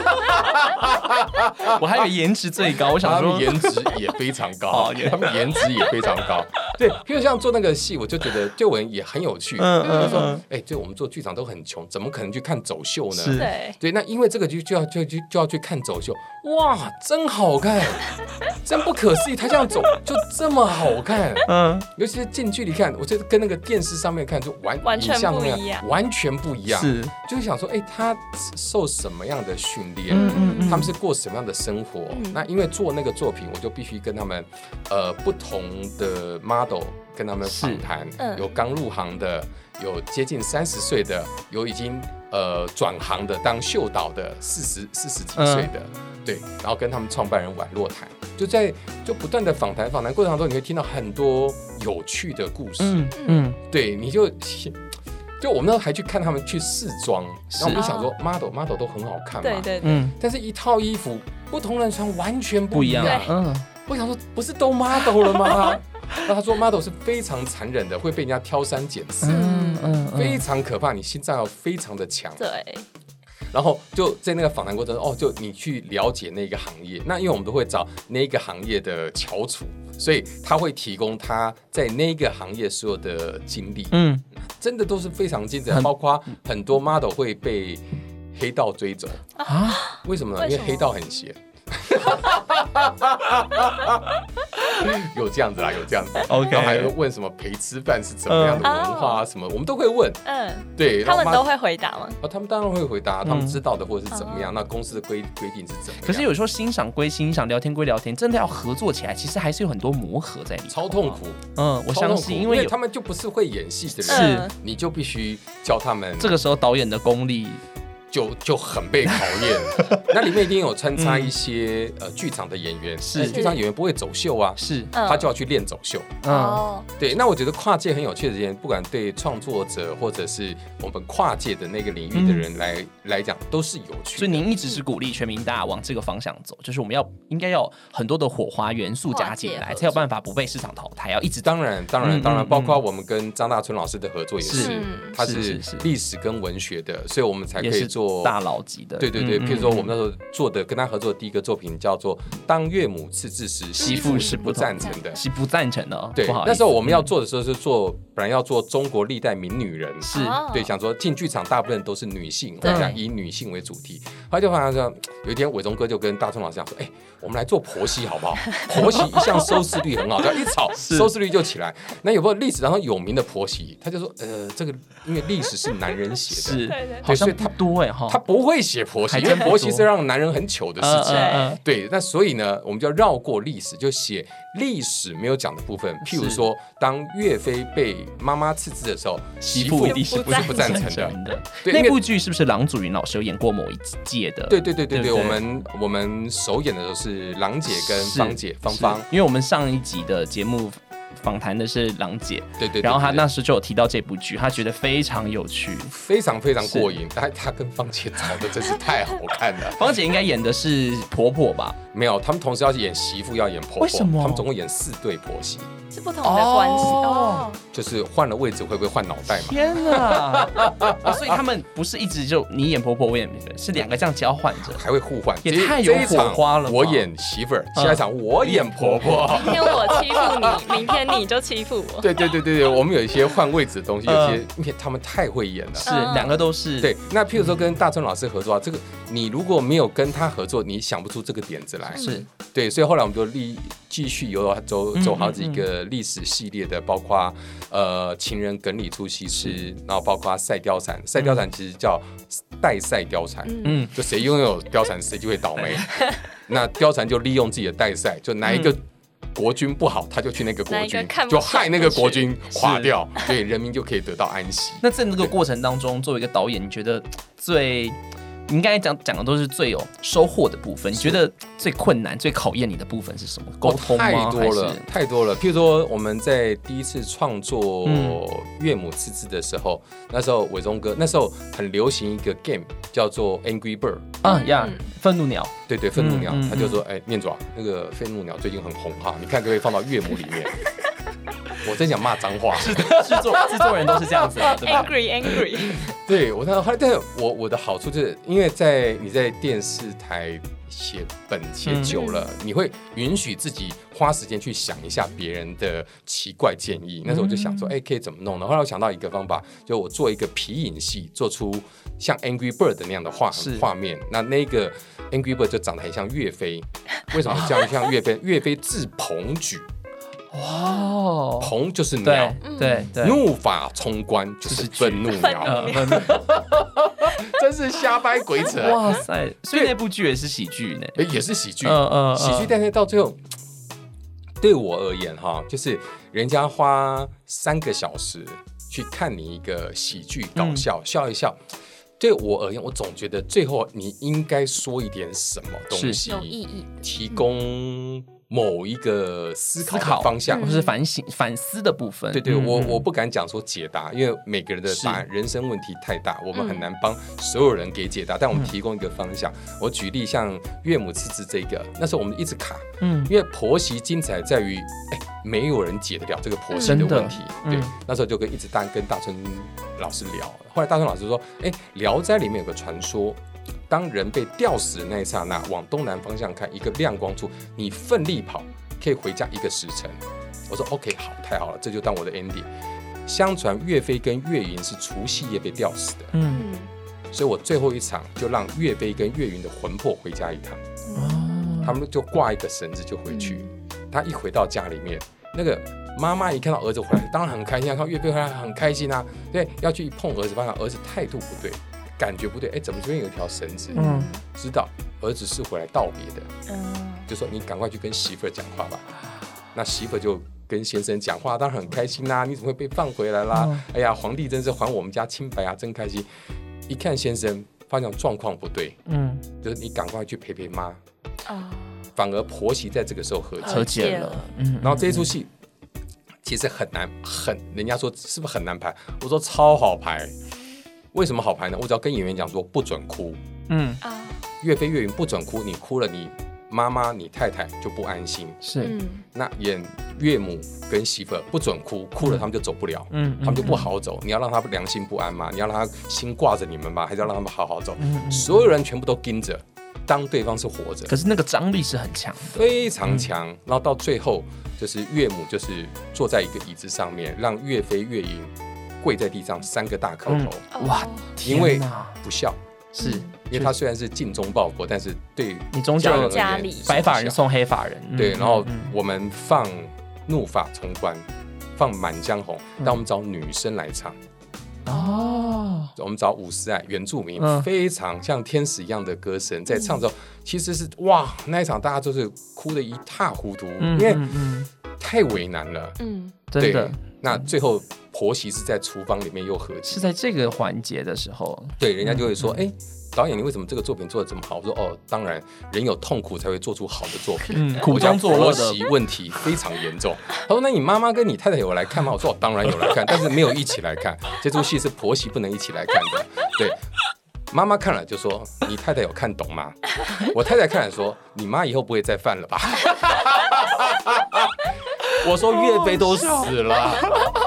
Speaker 3: 我还以为颜值最高，我想
Speaker 4: 他
Speaker 3: 说
Speaker 4: 们颜值也非常
Speaker 3: 哦
Speaker 4: 高，
Speaker 3: 也
Speaker 4: 他们颜值也非常 高。对，譬如像做那个戏，我就觉得对我们也很有趣。
Speaker 3: 嗯
Speaker 4: 就
Speaker 3: 嗯
Speaker 4: 说，哎、对我们做剧场都很穷，怎么可能去看走秀呢？
Speaker 3: 是
Speaker 2: 对，
Speaker 4: 对，那因为这个就就要就就就要去看走秀，哇，真好看，真不可思议，他这样走就这么好看，
Speaker 3: 嗯
Speaker 4: 尤其是近距离看，我觉得跟那个电视上面看就完
Speaker 2: 完全
Speaker 4: 影像上面
Speaker 2: 不一样
Speaker 4: 完全不一样，
Speaker 3: 是
Speaker 4: 就是想说，哎、他受什么样的训练？
Speaker 3: 嗯嗯嗯，
Speaker 4: 他们是过什么样的生活？
Speaker 2: 嗯
Speaker 4: 那因为做那个作品，我就必须跟他们，呃，不同的 model 跟他们访谈，
Speaker 2: 嗯
Speaker 4: 有刚入行的，有接近三十岁
Speaker 2: 嗯
Speaker 4: 的，有已经呃转行的当秀导的，四十四十几岁的。对，然后跟他们创办人宛若谈，就在就不断的访谈访谈过程当中，你会听到很多有趣的故事，
Speaker 3: 嗯嗯，
Speaker 4: 对，你就就我们那时候还去看他们去试装，然后我们
Speaker 2: 是
Speaker 4: 就想说 model model 都很好看嘛，
Speaker 2: 对对对，
Speaker 3: 嗯，
Speaker 4: 但是一套衣服不同人穿完全
Speaker 3: 不
Speaker 4: 不
Speaker 3: 一
Speaker 4: 一样
Speaker 3: 样，。嗯，
Speaker 4: 我想说，不是都 model 了吗？ 那他说 model 是非常残忍的，会被人家挑三拣四，
Speaker 3: 嗯嗯嗯
Speaker 4: 非常可怕，你心脏要非常的强。
Speaker 2: 对，
Speaker 4: 然后就在那个访谈过程中，哦，就你去了解那个行业。那因为我们都会找那个行业的翘楚，所以他会提供他在那个行业所有的经历，
Speaker 3: 嗯，
Speaker 4: 真的都是非常精彩，
Speaker 3: 很
Speaker 4: 包括很多 model 会被黑道追走。
Speaker 3: 啊，
Speaker 4: 为什么呢？
Speaker 2: 为
Speaker 4: 因
Speaker 2: 什
Speaker 4: 为
Speaker 2: 么
Speaker 4: 黑道很邪。 有这样子啦，有这样子。
Speaker 3: OK
Speaker 4: 然后还会问什么陪吃饭是怎么样的文化啊，什么我们都会问。
Speaker 2: 嗯，
Speaker 4: 对，
Speaker 2: 哦他们
Speaker 4: 然后
Speaker 2: 都
Speaker 4: 妈。
Speaker 2: 会回答吗？
Speaker 4: 哦，他们当然会回答，他们
Speaker 3: 嗯
Speaker 4: 知道的或者是怎么
Speaker 2: 哦
Speaker 4: 样。那公司的规规定是怎么样？
Speaker 3: 可是有时候欣赏归欣赏，聊天归聊天，真的要合作起来，其实还是有很多磨合在里面。
Speaker 4: 超痛苦，
Speaker 3: 嗯，我
Speaker 4: 超痛
Speaker 3: 相
Speaker 4: 苦
Speaker 3: 信，因
Speaker 4: 因
Speaker 3: 为有
Speaker 4: 他们就不是会演戏的
Speaker 3: 是
Speaker 4: 人，
Speaker 2: 嗯
Speaker 4: 你就必须教他们，
Speaker 3: 这个时候导演的功力，
Speaker 4: 就就很被考 验。那里面一定有穿插一些
Speaker 3: 嗯
Speaker 4: 呃剧场的演员，
Speaker 3: 是
Speaker 4: 但剧场演员不会走秀啊，
Speaker 3: 是，
Speaker 2: 嗯
Speaker 4: 他就要去练走秀。
Speaker 3: 嗯，
Speaker 2: 哦，
Speaker 4: 对，那我觉得跨界很有趣的一件，不管对创作者或者是我们跨界的那个领域的人来、来讲，都是有趣的。
Speaker 3: 嗯所以您一直是鼓励全民大往这个方向走，就是我们要应该要很多的火花元素加进
Speaker 2: 跨界合
Speaker 3: 来，
Speaker 2: 作
Speaker 3: 才有办法不被市场淘汰，要一直当
Speaker 4: 当然，当
Speaker 3: 嗯
Speaker 4: 然，
Speaker 3: 嗯
Speaker 4: 当然，
Speaker 3: 嗯
Speaker 4: 包括我们跟张大春老师的合作也
Speaker 3: 是
Speaker 4: 是
Speaker 2: 嗯，
Speaker 4: 他
Speaker 3: 是
Speaker 4: 是
Speaker 3: 是是
Speaker 4: 历史跟文学的，所以我们才可
Speaker 3: 也
Speaker 4: 以
Speaker 3: 是
Speaker 4: 做
Speaker 3: 大佬级的，
Speaker 4: 对对对，
Speaker 3: 嗯
Speaker 4: 譬如说我们那时候做的跟他合作的第一个作品叫做《当岳母刺字时，媳妇是不赞成的》。
Speaker 3: 是不赞成的哦，
Speaker 4: 对
Speaker 3: 不好，意思
Speaker 4: 那时候我们要做的时候是做，本来要做中国历代名女人，
Speaker 3: 是
Speaker 2: 哦
Speaker 4: 对，想说进剧场大部分都是女性，我
Speaker 2: 对
Speaker 4: 们想以女性为主题。后来就发现说，有一天伟忠哥就跟大春老师讲说：“哎、我们来做婆媳 好不好？婆媳一向收视率很好，只要一 吵，收视率就起来。那有没有历史当中有名的婆媳？”他就说：“呃，这个因为历史是男人写的，
Speaker 2: 对
Speaker 3: 是
Speaker 2: 对
Speaker 4: 对
Speaker 3: 好像
Speaker 4: 所以
Speaker 3: 不
Speaker 4: 他
Speaker 3: 多哎哈，
Speaker 4: 他不会写婆媳，
Speaker 3: 还
Speaker 4: 因为
Speaker 3: 真不
Speaker 4: 婆媳
Speaker 3: 多
Speaker 4: 是让男人很糗的事情。
Speaker 2: 嗯嗯
Speaker 4: 对，那所以呢，我们就要绕过历史，就写历史没有讲的部分。譬如
Speaker 3: 是
Speaker 4: 说，当岳飞被妈妈刺字的时候，媳妇
Speaker 3: 一定
Speaker 4: 不是不赞成的。
Speaker 3: 的。
Speaker 4: 对因
Speaker 3: 那
Speaker 4: 为
Speaker 3: 部剧是不是郎祖云老师有演过某一届的？
Speaker 4: 对对对对
Speaker 3: 对
Speaker 4: 对，
Speaker 3: 不
Speaker 4: 我
Speaker 3: 对
Speaker 4: 们我们首演的时候是郎姐跟
Speaker 3: 是
Speaker 4: 芳姐，芳
Speaker 3: 是
Speaker 4: 芳，
Speaker 3: 因为我们上一集的节目访谈的是郎姐，
Speaker 4: 对对对。
Speaker 3: 然后她
Speaker 4: 对
Speaker 3: 那时就有提到这部剧，她觉得非常有趣。
Speaker 4: 非常非常
Speaker 3: 是
Speaker 4: 过瘾，她她跟芳姐吵的真是太好看了。
Speaker 3: 芳姐应该演的是婆婆吧？
Speaker 4: 没有，他们同时要演媳妇，要演婆婆，
Speaker 3: 为什么
Speaker 4: 他们总共演四对婆媳，
Speaker 2: 是不同的关系
Speaker 3: 哦
Speaker 2: 哦，
Speaker 4: 就是换了位置会不会换脑袋嘛？
Speaker 3: 天哪！ 哦所以他们不是一直就你演婆婆，我演女人，是两个这样交换着。
Speaker 4: 还会互换，
Speaker 3: 也
Speaker 4: 其实
Speaker 3: 太有
Speaker 4: 这一场
Speaker 3: 火花了吧啊
Speaker 4: 我演媳妇儿，下一场我演婆 婆。
Speaker 2: 哦今天我欺负你，明天你就欺负我，
Speaker 4: 对对对对对，我们有一些换位置的东西，
Speaker 3: 嗯
Speaker 4: 有些因为他们太会演了。
Speaker 3: 是
Speaker 2: 嗯
Speaker 3: 两个都是
Speaker 4: 对，那譬如说跟大春老师合作啊，这个你如果没有跟他合作，你想不出这个点子来。
Speaker 3: 是
Speaker 4: 对，所以后来我们就立继续有走
Speaker 3: 嗯
Speaker 4: 走好几个历史系列的，包括呃情人梗里出西施，
Speaker 3: 嗯
Speaker 4: 然后包括赛貂蝉，赛貂蝉其实叫代赛貂蝉，
Speaker 2: 嗯
Speaker 3: 嗯
Speaker 4: 就谁拥有貂蝉，谁就会倒 霉。那貂蝉就利用自己的代赛，就哪一
Speaker 3: 嗯
Speaker 4: 个国君不好，他就去那个国
Speaker 2: 哪一个
Speaker 4: 君
Speaker 2: 看，不
Speaker 4: 就
Speaker 2: 爽
Speaker 4: 害那个国君
Speaker 3: 是
Speaker 4: 垮掉，对人民就可以得到安息。
Speaker 3: 那在那个过程当中，作为一个导演，你觉得最你刚才讲讲的都是最有收获的部分，你觉得最困难、最考验你的部分是什么？沟
Speaker 4: 哦
Speaker 3: 通吗？
Speaker 4: 太多
Speaker 3: 还
Speaker 4: 了
Speaker 3: 是，
Speaker 4: 太多了。譬如说，我们在第一次创作
Speaker 3: 嗯
Speaker 4: 《岳母刺字》的时候，那时候伟忠哥那时候很流行一个 game 叫做 Angry Bird，
Speaker 3: 啊呀
Speaker 2: 嗯，
Speaker 3: 愤怒鸟
Speaker 4: 对对，愤怒鸟，
Speaker 3: 嗯嗯
Speaker 4: 他就说：“哎、念祖啊，那个愤怒鸟最近很红哈，你看可不可以放到岳母里面？” 我真想骂脏话。
Speaker 3: 制 制作制作人都是这样 子的，对吧？啊
Speaker 2: ，angry angry，
Speaker 4: 对我那后来，但是我我的好处就是，因为在你在电视台写本
Speaker 3: 嗯
Speaker 4: 写久了，你会允许自己花时间去想一下别人的奇怪建议。那时候我就想
Speaker 3: 嗯
Speaker 4: 说，哎、可以怎么弄呢？后来我想到一个方法，就我做一个皮影戏，做出像 Angry Bird 的那样的画
Speaker 3: 是
Speaker 4: 画面。那那个 Angry Bird 就长得很像岳飞，为什么这样像岳飞？岳飞字鹏举，
Speaker 3: 哦，
Speaker 4: 鹏就是鸟
Speaker 3: 对。对对，
Speaker 4: 怒发冲冠就是愤 怒鸟，
Speaker 3: 呃，愤怒
Speaker 4: 真是瞎掰鬼扯。
Speaker 3: 哇塞！所以那部剧也是喜剧呢，
Speaker 4: 诶也是喜剧，
Speaker 3: 嗯嗯
Speaker 4: 喜剧，但是到最后，对我而言哈，就是人家花三个小时去看你一个喜剧搞笑，笑一笑，对我而言，我总觉得最后你应该说一点什么东西，
Speaker 2: 有意义，
Speaker 4: 提供某一个思考
Speaker 3: 思考
Speaker 4: 的方向
Speaker 2: 嗯
Speaker 3: 哦或。是反省、反思的部分。
Speaker 4: 对对，
Speaker 3: 嗯
Speaker 4: 我
Speaker 3: 嗯
Speaker 4: 我不敢讲说解答，因为每个人的答案人生问题太大，我们很难帮所有人给解答，但我们提供一个方向。我举例，像岳母辞职这个，那时候我们一直卡，
Speaker 3: 嗯，
Speaker 4: 因为婆媳精彩在于，哎，没有人解得了这个婆媳
Speaker 3: 嗯
Speaker 4: 的
Speaker 3: 真的
Speaker 4: 问题。对
Speaker 3: 嗯，
Speaker 4: 那时候就跟一直大跟大春老师聊，后来大春老师说，哎，《聊斋》里面有个传说。当人被吊死的那一刹那，往东南方向看，一个亮光处，你奋力跑，可以回家一个时辰。我说 OK，好，太好了，这就当我的 ending。相传岳飞跟岳云是除夕夜被吊死的，
Speaker 3: 嗯
Speaker 2: 嗯，
Speaker 4: 所以我最后一场就让岳飞跟岳云的魂魄回家一趟。
Speaker 2: 嗯
Speaker 3: 哦
Speaker 4: 他们就挂一个绳子就回去。
Speaker 3: 嗯
Speaker 4: 他一回到家里面，那个妈妈一看到儿子回来，当然很开心啊，看到岳飞回来很开心啊。对，要去一碰儿子，发现儿子态度不对，感觉不对，哎，怎么这边有一条绳子？
Speaker 3: 嗯
Speaker 4: 知道儿子是回来道别的，
Speaker 2: 嗯，
Speaker 4: 就说你赶快去跟媳妇儿讲话吧。那媳妇儿就跟先生讲话，当然很开心啊啦、你怎么会被放回来啦？
Speaker 3: 嗯
Speaker 4: 哎呀，皇帝真是还我们家清白啊，真开心。一看先生，发现状况不对，
Speaker 3: 嗯，
Speaker 4: 就是你赶快去陪陪妈。
Speaker 2: 啊，
Speaker 4: 反而婆媳在这个时候和解。
Speaker 3: 和解了。嗯，
Speaker 4: 然后这一出戏其实很难，很人家说是不是很难排？我说超好排。为什么好排呢？我只要跟演员讲说不准哭，
Speaker 3: 嗯
Speaker 2: 啊，
Speaker 4: 岳飞岳云不准哭，你哭了你妈妈你太太就不安心。
Speaker 3: 是，
Speaker 2: 嗯，
Speaker 4: 那演岳母跟媳妇儿不准哭，哭了他们就走不了。
Speaker 3: 嗯，
Speaker 4: 他们就不好走，你要让他良心不安嘛，你要让他心挂着你们嘛，还是要让他们好好走？
Speaker 3: 嗯
Speaker 4: 所有人全部都跟着，当对方是活着
Speaker 3: 嗯。可，是那个张力是很强的。
Speaker 4: 非常强。
Speaker 3: 嗯
Speaker 4: 然后到最后，就是岳母就是坐在一个椅子上面，让岳飞、岳云跪在地上三个大叩头，
Speaker 2: 哦
Speaker 3: 哇，
Speaker 4: 因为
Speaker 3: 天哪
Speaker 4: 不孝。
Speaker 3: 是
Speaker 4: 因为他虽然是尽忠报国，但是对
Speaker 3: 你终究
Speaker 4: 家人而言
Speaker 2: 家里
Speaker 4: 是不
Speaker 3: 白发人
Speaker 4: 孝。
Speaker 3: 送黑发人。嗯
Speaker 4: 对，然后
Speaker 3: 嗯
Speaker 4: 我们放《怒发冲冠》，放《满江红》，
Speaker 3: 嗯
Speaker 4: 但我们找女生来唱。
Speaker 3: 哦，
Speaker 4: 我们找伍思爱原住民，
Speaker 3: 嗯
Speaker 4: 非常像天使一样的歌声，在唱的时候，其实是哇，那一场大家都是哭的一塌糊涂，
Speaker 3: 嗯
Speaker 4: 因为
Speaker 3: 嗯嗯，
Speaker 4: 太为难了。
Speaker 2: 嗯，
Speaker 3: 真的
Speaker 4: 对，那最后婆媳是在厨房里面又和
Speaker 3: 是
Speaker 4: 解，
Speaker 3: 在这个环节的时候，
Speaker 4: 对，人家就会说，
Speaker 3: 嗯
Speaker 4: 哎、导演你为什么这个作品做的这么好？我说哦，当然，人有痛苦才会做出好的作品。
Speaker 3: 嗯，苦中作
Speaker 4: 我
Speaker 3: 乐
Speaker 4: 家婆
Speaker 3: 的
Speaker 4: 媳问题非常严重。他说：“那你妈妈跟你太太有来看吗？”我说：“哦，当然有来看，但是没有一起来看。 这出戏是婆媳不能一起来看的。”对，妈妈看了就说：“你太太有看懂吗？”我太太看了说：“你妈以后不会再犯了吧？” 我说：“岳飞都死了，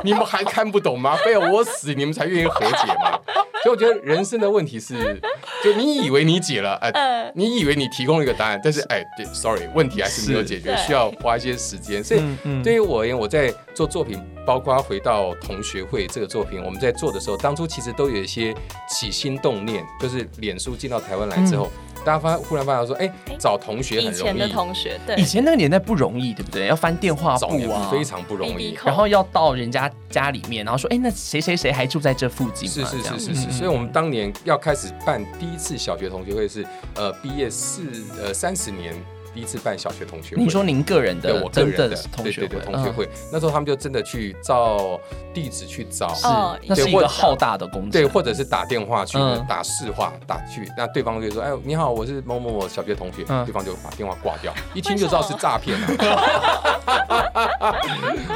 Speaker 4: 你们还看不懂吗？非要我死，你们才愿意和解吗？”所以我觉得人生的问题是，就你以为你解了，哎、
Speaker 2: 呃，
Speaker 4: 你以为你提供了一个答案，但是哎对，sorry，问题还是没有解决，
Speaker 2: 是
Speaker 4: 需要花一些时间。所以
Speaker 3: 嗯嗯
Speaker 4: 对于我而言，我在做作品，包括回到同学会这个作品，我们在做的时候，当初其实都有一些起心动念，就是脸书进到台湾来之后，大家发忽然发现说，哎
Speaker 2: 嗯哎，
Speaker 4: 找同学
Speaker 2: 以
Speaker 4: 很
Speaker 2: 前
Speaker 4: 容
Speaker 2: 的
Speaker 4: 易，
Speaker 2: 同学，对
Speaker 3: 以，前那个年代不容易，对不对？要翻电话
Speaker 4: 找
Speaker 3: 簿
Speaker 4: 也
Speaker 3: 啊，
Speaker 4: 非常不容易
Speaker 2: BB。
Speaker 3: 然后要到人家家里面，然后说，哎，那谁谁谁还住在这附近
Speaker 4: 是
Speaker 3: 吗？
Speaker 4: 是
Speaker 3: 这样嗯
Speaker 4: 是
Speaker 3: 子
Speaker 4: 是
Speaker 2: 嗯
Speaker 4: 是，所以我们当年要开始办第一次小学同学会是，呃，毕业四呃三十年第一次办小学同学会。
Speaker 3: 您说您个人
Speaker 4: 对
Speaker 3: 的
Speaker 4: 我个
Speaker 3: 真
Speaker 4: 人
Speaker 3: 的
Speaker 4: 的
Speaker 3: 同
Speaker 4: 对
Speaker 3: 学
Speaker 4: 对
Speaker 3: 会嗯
Speaker 4: 对，同学会、那时候他们就真的去照地址去找，
Speaker 3: 是
Speaker 2: 哦，
Speaker 3: 那是
Speaker 4: 对
Speaker 3: 一
Speaker 4: 或
Speaker 3: 个
Speaker 4: 者
Speaker 3: 浩大的工程，
Speaker 4: 对，或者是打电话去、
Speaker 3: 嗯
Speaker 4: 打市话打去，那对方就说：“哎，你好，我是某某某小学同学。
Speaker 3: 嗯
Speaker 4: 对方就把电话挂掉，一听就知道是诈骗啊。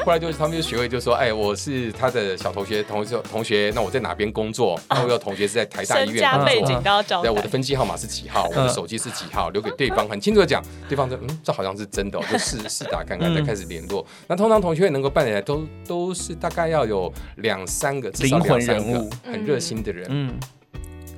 Speaker 4: 后来就是他们就学会就说：“哎，我是他的小同学同学同学，那我在哪边工作？
Speaker 3: 啊
Speaker 4: 那我有同学是在台大医
Speaker 2: 身
Speaker 4: 院
Speaker 2: 家
Speaker 4: 工
Speaker 2: 背
Speaker 4: 作。”
Speaker 2: 景都要交代
Speaker 4: 对，我的，分机号码是几 号，我的手机是几号，留给对方，很清楚的讲，对方说，嗯，这好像是真的、哦，就 试试打看看，再
Speaker 3: 嗯
Speaker 4: 开始联络。那通常同学会能够办起来，都都是大概要有两三个至少
Speaker 3: 灵魂
Speaker 4: 两三个
Speaker 3: 人物
Speaker 4: 很热心的人，
Speaker 3: 嗯，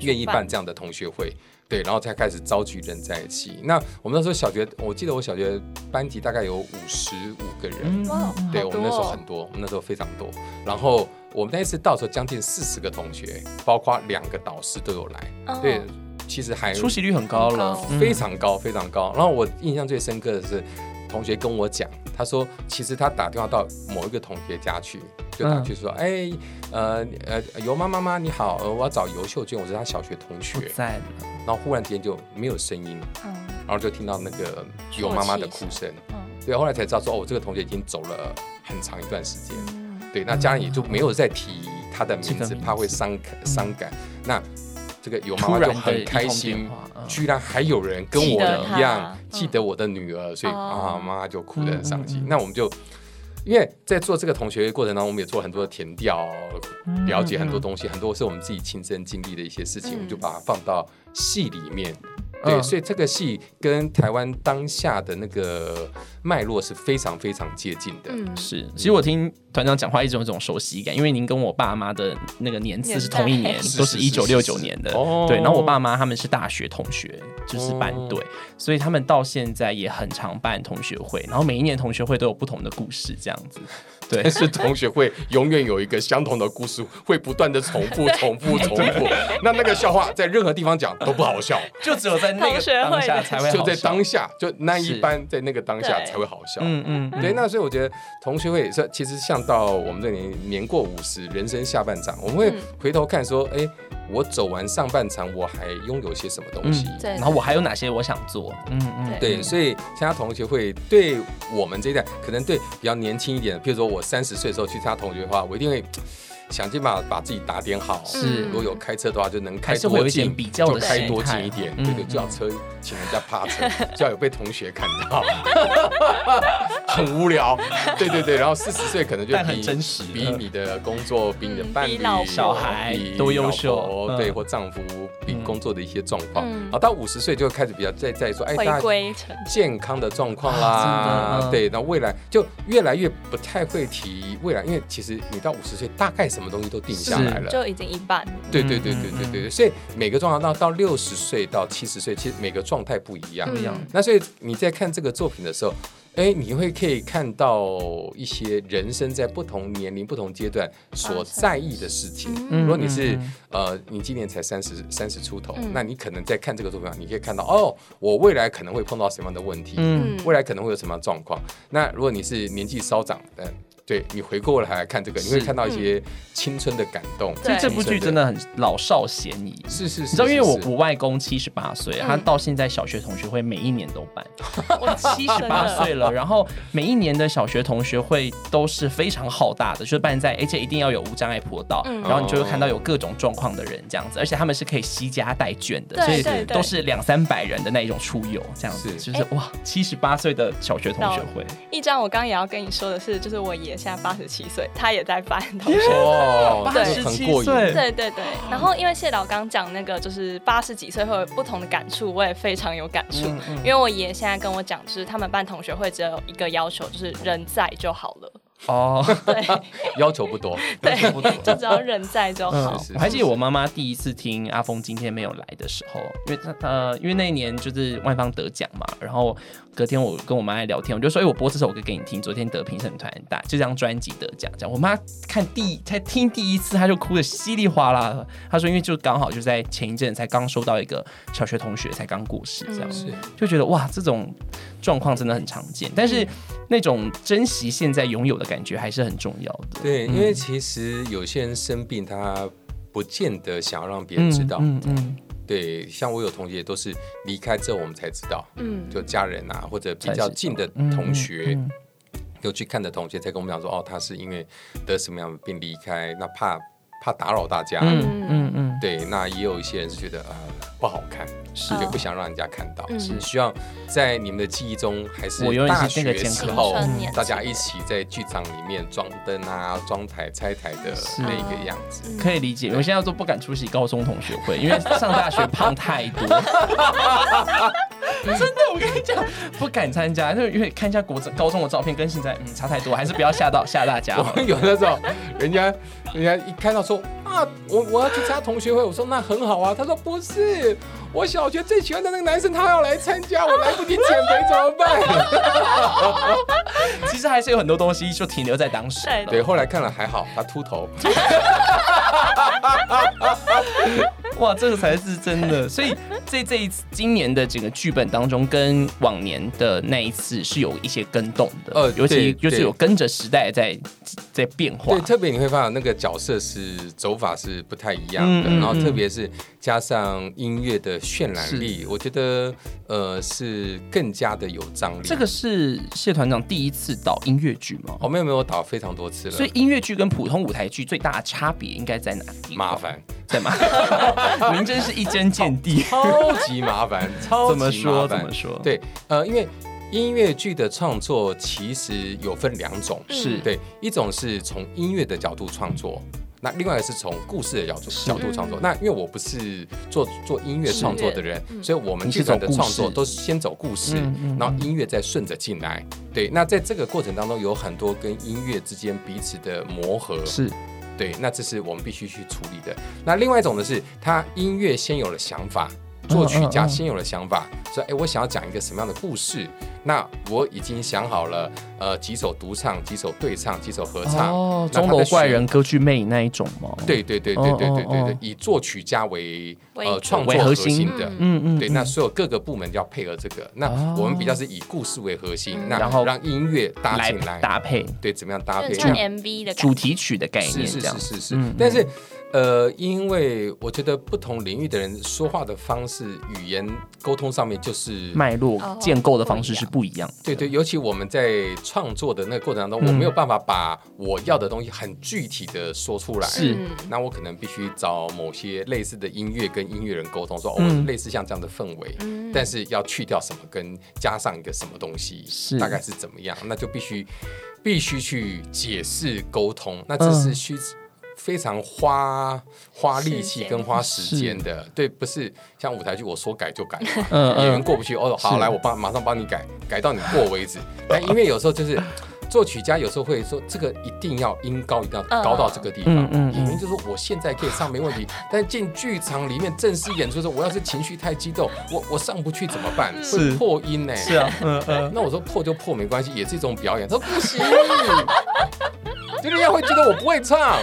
Speaker 4: 愿意办这样的同学会。对，然后才开始召集人在一起。那我们那时候小学，我记得我小学班级大概有五十五个人，
Speaker 3: 嗯
Speaker 2: 哇，
Speaker 4: 对
Speaker 2: 好
Speaker 4: 我
Speaker 2: 多
Speaker 4: 们那时候
Speaker 2: 哦
Speaker 4: 很多，我们那时候非常多。然后我们那一次到的时候，将近四十个同学，包括两个导师都有来。
Speaker 2: 哦
Speaker 4: 对，其实还
Speaker 3: 出席率很高了
Speaker 2: 很高，
Speaker 3: 嗯
Speaker 4: 哎非常高，非常高。然后我印象最深刻的是，同学跟我讲，他说其实他打电话到某一个同学家去，就
Speaker 3: 嗯
Speaker 4: 打去说，哎、呃呃，尤妈妈妈你好，呃我要找尤秀娟，我是她小学同
Speaker 3: 不
Speaker 4: 学。
Speaker 3: 在了，
Speaker 4: 然后忽然之间就没有声音，
Speaker 2: 嗯
Speaker 4: 然后就听到那个尤妈妈的哭声。
Speaker 2: 嗯
Speaker 4: 对，后来才知道说，哦，我这个同学已经走了很长一段时间。
Speaker 2: 嗯
Speaker 4: 对，那家人也就没有再提他的名
Speaker 3: 这个
Speaker 4: 字，
Speaker 3: 名字嗯
Speaker 4: 怕会伤感伤感。那这个有妈
Speaker 3: 突
Speaker 4: 妈就
Speaker 3: 然的
Speaker 4: 很
Speaker 3: 一
Speaker 4: 开
Speaker 3: 通
Speaker 4: 心
Speaker 3: 电，话，嗯
Speaker 4: 居然还有人跟
Speaker 2: 记
Speaker 4: 我
Speaker 2: 得
Speaker 4: 一样
Speaker 2: 她
Speaker 4: 记得我的女儿，所以啊，
Speaker 2: 哦
Speaker 4: 妈妈就哭得很伤心
Speaker 3: 嗯嗯。嗯
Speaker 4: 那我们就因为在做这个同学会过程当中，我们也做很多的填调，
Speaker 3: 嗯
Speaker 4: 了解很多东西，很多是我们自己亲身经历的一些事情，
Speaker 2: 嗯
Speaker 4: 我们就把它放到戏里面。
Speaker 3: 嗯
Speaker 4: 对，所以这个戏跟台湾当下的那个脉络是非常非常接近的。
Speaker 2: 嗯，
Speaker 3: 是，其实我听团长讲话一直有一种熟悉感，因为您跟我爸妈的那个年次是同一年
Speaker 2: 年，
Speaker 4: 代
Speaker 3: 都是
Speaker 4: 是
Speaker 3: 一
Speaker 4: 是
Speaker 3: 九六九年的。
Speaker 4: 哦
Speaker 3: 对，然后我爸妈他们是大学同学，就是班队，所以他们到现在也很常办同学会，然后每一年同学会都有不同的故事，这样子。对，
Speaker 4: 但 是同学会永远有一个相同的故事，会不断的重 复、重复、重复。那那个笑话在任何地方讲都不好笑，
Speaker 3: 就只有在那
Speaker 2: 同
Speaker 3: 个
Speaker 2: 学会
Speaker 3: 当下才会
Speaker 4: 就
Speaker 3: 好
Speaker 4: 在
Speaker 3: 笑
Speaker 4: 当下，就那一
Speaker 3: 是
Speaker 4: 班在那个当下
Speaker 2: 对
Speaker 4: 才会好笑。
Speaker 3: 嗯嗯，嗯
Speaker 4: 对，那所以我觉得同学会也是，其实像到我们这年年过五十，人生下半场，我们会
Speaker 2: 嗯
Speaker 4: 回头看说，哎、我走完上半场，我还拥有些什么东西？
Speaker 3: 嗯
Speaker 2: 对
Speaker 3: 然后我还有哪些我想做？嗯嗯，
Speaker 4: 对，所以参加同学会对我们这一代，可能对比较年轻一点的，譬如说我三十岁的时候去参加同学会的话，我一定会想尽办法把自己打点好。
Speaker 3: 是
Speaker 4: 如果有开车的话，就能
Speaker 3: 还
Speaker 4: 开
Speaker 3: 是会有
Speaker 4: 多
Speaker 3: 一点
Speaker 4: 近，
Speaker 3: 比较
Speaker 4: 就
Speaker 3: 的
Speaker 4: 开
Speaker 3: 心
Speaker 4: 多
Speaker 3: 态
Speaker 4: 近一点。
Speaker 3: 嗯
Speaker 4: 对对，
Speaker 3: 嗯
Speaker 4: 最好车请人家趴车，最好有被同学看 到，很无聊。对对对，然后四十岁可能就
Speaker 3: 但很
Speaker 4: 比
Speaker 3: 真实
Speaker 4: 比
Speaker 3: 嗯
Speaker 4: 你的工作、比你的
Speaker 2: 嗯
Speaker 4: 伴
Speaker 2: 比
Speaker 4: 侣
Speaker 2: 老、
Speaker 3: 小孩
Speaker 4: 比
Speaker 3: 多优
Speaker 4: 老
Speaker 3: 秀
Speaker 4: 婆
Speaker 3: 嗯
Speaker 4: 对或丈夫比
Speaker 3: 嗯
Speaker 4: 工作的一些状况。
Speaker 2: 嗯
Speaker 4: 然后到五十岁就开始比较在在说，哎，大
Speaker 2: 回
Speaker 4: 家
Speaker 2: 归成
Speaker 4: 健康的状况
Speaker 3: 啊
Speaker 4: 啦
Speaker 3: 真，的嗯
Speaker 4: 对，那未来就越来越不太会提未来，因为其实你到五十岁，大概什么东西都定下来了。
Speaker 2: 就已经一半，
Speaker 4: 对对对
Speaker 3: 嗯
Speaker 4: 对
Speaker 3: 嗯
Speaker 4: 对对，所以每个状况到到六十岁到七十岁，其实每个状态不一样。
Speaker 2: 嗯
Speaker 4: 那所以你在看这个作品的时候，哎，你会可以看到一些人生在不同年龄、不同阶段所在意的事情。
Speaker 2: 嗯
Speaker 3: 嗯
Speaker 4: 如果你是
Speaker 3: 嗯嗯
Speaker 4: 呃，你今年才三十三十出头
Speaker 2: 嗯，
Speaker 4: 那你可能在看这个作品上，你可以看到哦，我未来可能会碰到什么样的问题，
Speaker 3: 嗯
Speaker 2: 嗯，
Speaker 4: 未来可能会有什么样的状况。那如果你是年纪稍长的，对你回过来看这个，你会
Speaker 3: 是
Speaker 4: 看到一些青春的感动。
Speaker 2: 所以
Speaker 3: 这部剧真的很老少咸宜。
Speaker 4: 是是是，
Speaker 3: 你知道，因为我
Speaker 4: 是是
Speaker 3: 我外公七十八岁，他
Speaker 2: 嗯
Speaker 3: 到现在小学同学会每一年都办，
Speaker 2: 我七十
Speaker 3: 八岁了，然后每一年的小学同学会都是非常浩大的，就是办在，而且一定要有无障碍坡道，
Speaker 2: 嗯
Speaker 3: 然后你就会看到有各种状况的人这样子，而且他们是可以惜家带眷的，所
Speaker 2: 对
Speaker 3: 以
Speaker 2: 对对哎
Speaker 3: 都是两三百人的那一种出游这样子，
Speaker 4: 是
Speaker 3: 就是哇，七十八岁的小学同学会，
Speaker 2: 一张我刚刚也要跟你说的是，就是我爷现在八十七岁，他也在办同学会。
Speaker 4: 哦，
Speaker 2: 对
Speaker 4: 这个很过瘾。
Speaker 2: 对对对，然后因为谢导刚讲那个就是八十几岁会有不同的感触，我也非常有感触，
Speaker 3: 嗯
Speaker 2: 因为我爷现在跟我讲，就是他们办同学会只有一个要求，就是人在就好 了，
Speaker 3: 哦，
Speaker 2: 对
Speaker 4: 要求不 多，
Speaker 2: 对，就只要人在就哦好
Speaker 3: 嗯，
Speaker 4: 是是
Speaker 3: 我还记得我妈妈第一次听阿峰今天没有来的时候，因为她呃，因为那一年就是万芳得奖嘛，然后隔天我跟我妈在聊天，我就说，哎、我播这首歌给你听，昨天得评审团很大，这张专辑得奖，这样。我妈看第一才听第一次，她就哭的稀里哗啦的，她说，因为就刚好就在前一阵才刚收到一个小学同学才刚过世这样。
Speaker 2: 嗯
Speaker 4: 是
Speaker 3: 就觉得哇，这种状况真的很常见，但是那种珍惜现在拥有的感觉还是很重要的。
Speaker 4: 对，
Speaker 3: 嗯
Speaker 4: 因为其实有些人生病，他不见得想要让别人知道。
Speaker 3: 嗯嗯
Speaker 4: 对，像我有同学都是离开之后我们才知道，
Speaker 2: 嗯，
Speaker 4: 就家人啊或者比
Speaker 3: 才知道
Speaker 4: 较近的
Speaker 3: 嗯，
Speaker 4: 同学，
Speaker 3: 嗯嗯
Speaker 4: 有去看的同学才跟我们讲说，哦，他是因为得什么样的病离开，那怕怕打扰大家。
Speaker 3: 嗯嗯嗯，
Speaker 4: 对，那也有一些人是觉得啊、呃不好看，
Speaker 3: 是
Speaker 4: 就不想让人家看到，
Speaker 2: 嗯
Speaker 4: 是希望在你们的记忆中还是
Speaker 3: 我永远
Speaker 4: 大
Speaker 3: 是那个
Speaker 4: 学
Speaker 3: 健
Speaker 4: 时
Speaker 3: 康
Speaker 4: 候
Speaker 2: 青春年，
Speaker 4: 大家一起在剧场里面装灯啊、装台、拆台的那个样子。
Speaker 2: 嗯
Speaker 3: 可以理解。我现在都不敢出席高中同学会，因为上大学胖太 多。真的，我跟你讲，不敢参加，就是因为看一下国中高中的照片跟现在嗯差太多，还是不要吓到吓大家
Speaker 4: 我
Speaker 3: 好了。
Speaker 4: 们有那种，人家人家一看到说啊，我我要去参加同学会，我说那很好啊，他说不是，我小学最喜欢的那个男生他要来参加，我来不及减肥怎么办？
Speaker 3: 其实还是有很多东西就停留在当时了。
Speaker 4: 对，后来看了还好，他秃头，
Speaker 3: 哇，这个才是真的。所以这这一次今年的整个剧本当中，跟往年的那一次是有一些跟动的，
Speaker 4: 呃
Speaker 3: 尤
Speaker 4: 对
Speaker 3: 其就是有跟着时代在在变化
Speaker 4: 对，。特别你会发现那个角色是走法是不太一样的，
Speaker 3: 嗯嗯
Speaker 4: 然后
Speaker 3: 嗯
Speaker 4: 特别是加上音乐的渲染力，我觉得呃是更加的有张力。
Speaker 3: 这个是谢团长第一次导音乐剧吗？
Speaker 4: 哦没有没有，我打非常多次了，
Speaker 3: 所以音乐剧跟普通舞台剧最大的差别应该在哪？
Speaker 4: 麻烦，
Speaker 3: 在吗？您真是一针见地。
Speaker 4: 超 级麻烦，超
Speaker 3: 哦怎么
Speaker 4: 级麻
Speaker 3: 说？
Speaker 4: 烦
Speaker 3: 怎么说？，
Speaker 4: 对，呃，因为音乐剧的创作其实有分两种，
Speaker 3: 是
Speaker 4: 对，一种是从音乐的角度创作。那另外是从故事的角度角度创作。那因为我不是做做音乐嗯创作的人，所以我们
Speaker 3: 你是
Speaker 4: 剧团
Speaker 3: 走
Speaker 4: 的
Speaker 3: 故
Speaker 4: 创作
Speaker 3: 事
Speaker 4: 都是先走故事，
Speaker 3: 嗯嗯
Speaker 4: 然后音乐再顺着进来。对，那在这个过程当中有很多跟音乐之间彼此的磨合，
Speaker 3: 是
Speaker 4: 对，那这是我们必须去处理的。那另外一种呢是，他音乐先有了想法，作曲
Speaker 3: 嗯
Speaker 4: 家
Speaker 3: 嗯
Speaker 4: 先有了想法，说，哎，我想要讲一个什么样的故事？那我已经想好了，呃，几首独唱，几首对唱，几首合唱。
Speaker 3: 哦，
Speaker 4: 那
Speaker 3: 钟
Speaker 4: 他的
Speaker 3: 楼怪
Speaker 4: 旋
Speaker 3: 人、歌剧魅影那一种吗？，
Speaker 4: 对对对对对对对
Speaker 3: 哦哦
Speaker 4: 对
Speaker 3: 哦，
Speaker 4: 以作曲家为
Speaker 2: 为
Speaker 4: 呃创
Speaker 3: 为
Speaker 4: 作
Speaker 3: 核
Speaker 4: 核
Speaker 3: 心
Speaker 4: 心的。
Speaker 3: 嗯嗯，
Speaker 4: 对，
Speaker 3: 嗯
Speaker 4: 那所有各个部门要配合这个。那
Speaker 3: 哦
Speaker 4: 我们比较是以故事为核心，
Speaker 2: 嗯
Speaker 4: 那
Speaker 3: 然后
Speaker 4: 让音乐搭
Speaker 3: 来
Speaker 4: 进来，
Speaker 3: 搭配
Speaker 4: 对，怎么样搭
Speaker 2: 就
Speaker 4: 配？
Speaker 2: 像 MV 的感
Speaker 3: 主
Speaker 2: 觉，
Speaker 3: 题曲的概
Speaker 4: 是
Speaker 3: 念，
Speaker 4: 是
Speaker 3: 这样
Speaker 4: 是是是
Speaker 3: 嗯，
Speaker 4: 但是呃，因为我觉得不同领域的人说话的方式、语言沟通上面就是。
Speaker 3: 脉
Speaker 2: 哦
Speaker 3: 络建构的
Speaker 2: 不一
Speaker 3: 方式
Speaker 2: 样
Speaker 3: 是不一样的。
Speaker 4: 对对，尤其我们在创作的那个过程当
Speaker 3: 嗯
Speaker 4: 中，我没有办法把我要的东西很具体的说出来，
Speaker 3: 是
Speaker 2: 嗯
Speaker 4: 那我可能必须找某些类似的音乐跟音乐人沟通，说哦，
Speaker 3: 嗯
Speaker 4: 我类似像这样的氛围，
Speaker 2: 嗯
Speaker 4: 但是要去掉什么跟加上一个什么东西，
Speaker 3: 是
Speaker 4: 大概是怎么样，那就必须必须去解释沟通，
Speaker 3: 嗯
Speaker 4: 那这是需、非常花花力
Speaker 2: 时
Speaker 4: 气
Speaker 2: 间
Speaker 4: 跟花时间的，对，不是像舞台剧我说改就改嘛，
Speaker 3: 嗯
Speaker 4: 演员
Speaker 3: 嗯，
Speaker 4: 过不去，哦，好，
Speaker 3: 是
Speaker 4: 来我帮马上帮你改，改到你过为止。但音乐有时候就是。 作曲家有时候会说，这个一定要音高一定要高到这个地方。
Speaker 3: 嗯嗯嗯
Speaker 4: 演员就说我现在可以上没问题，但进剧场里面正式演出的时候，我要是情绪太激动，我我上不去怎么
Speaker 2: 嗯
Speaker 4: 办？
Speaker 3: 是
Speaker 4: 会破音呢、
Speaker 3: 是啊，嗯 嗯，
Speaker 4: 那我说破就破没关系，也是一种表演。他说不行，就人家会觉得我不会唱。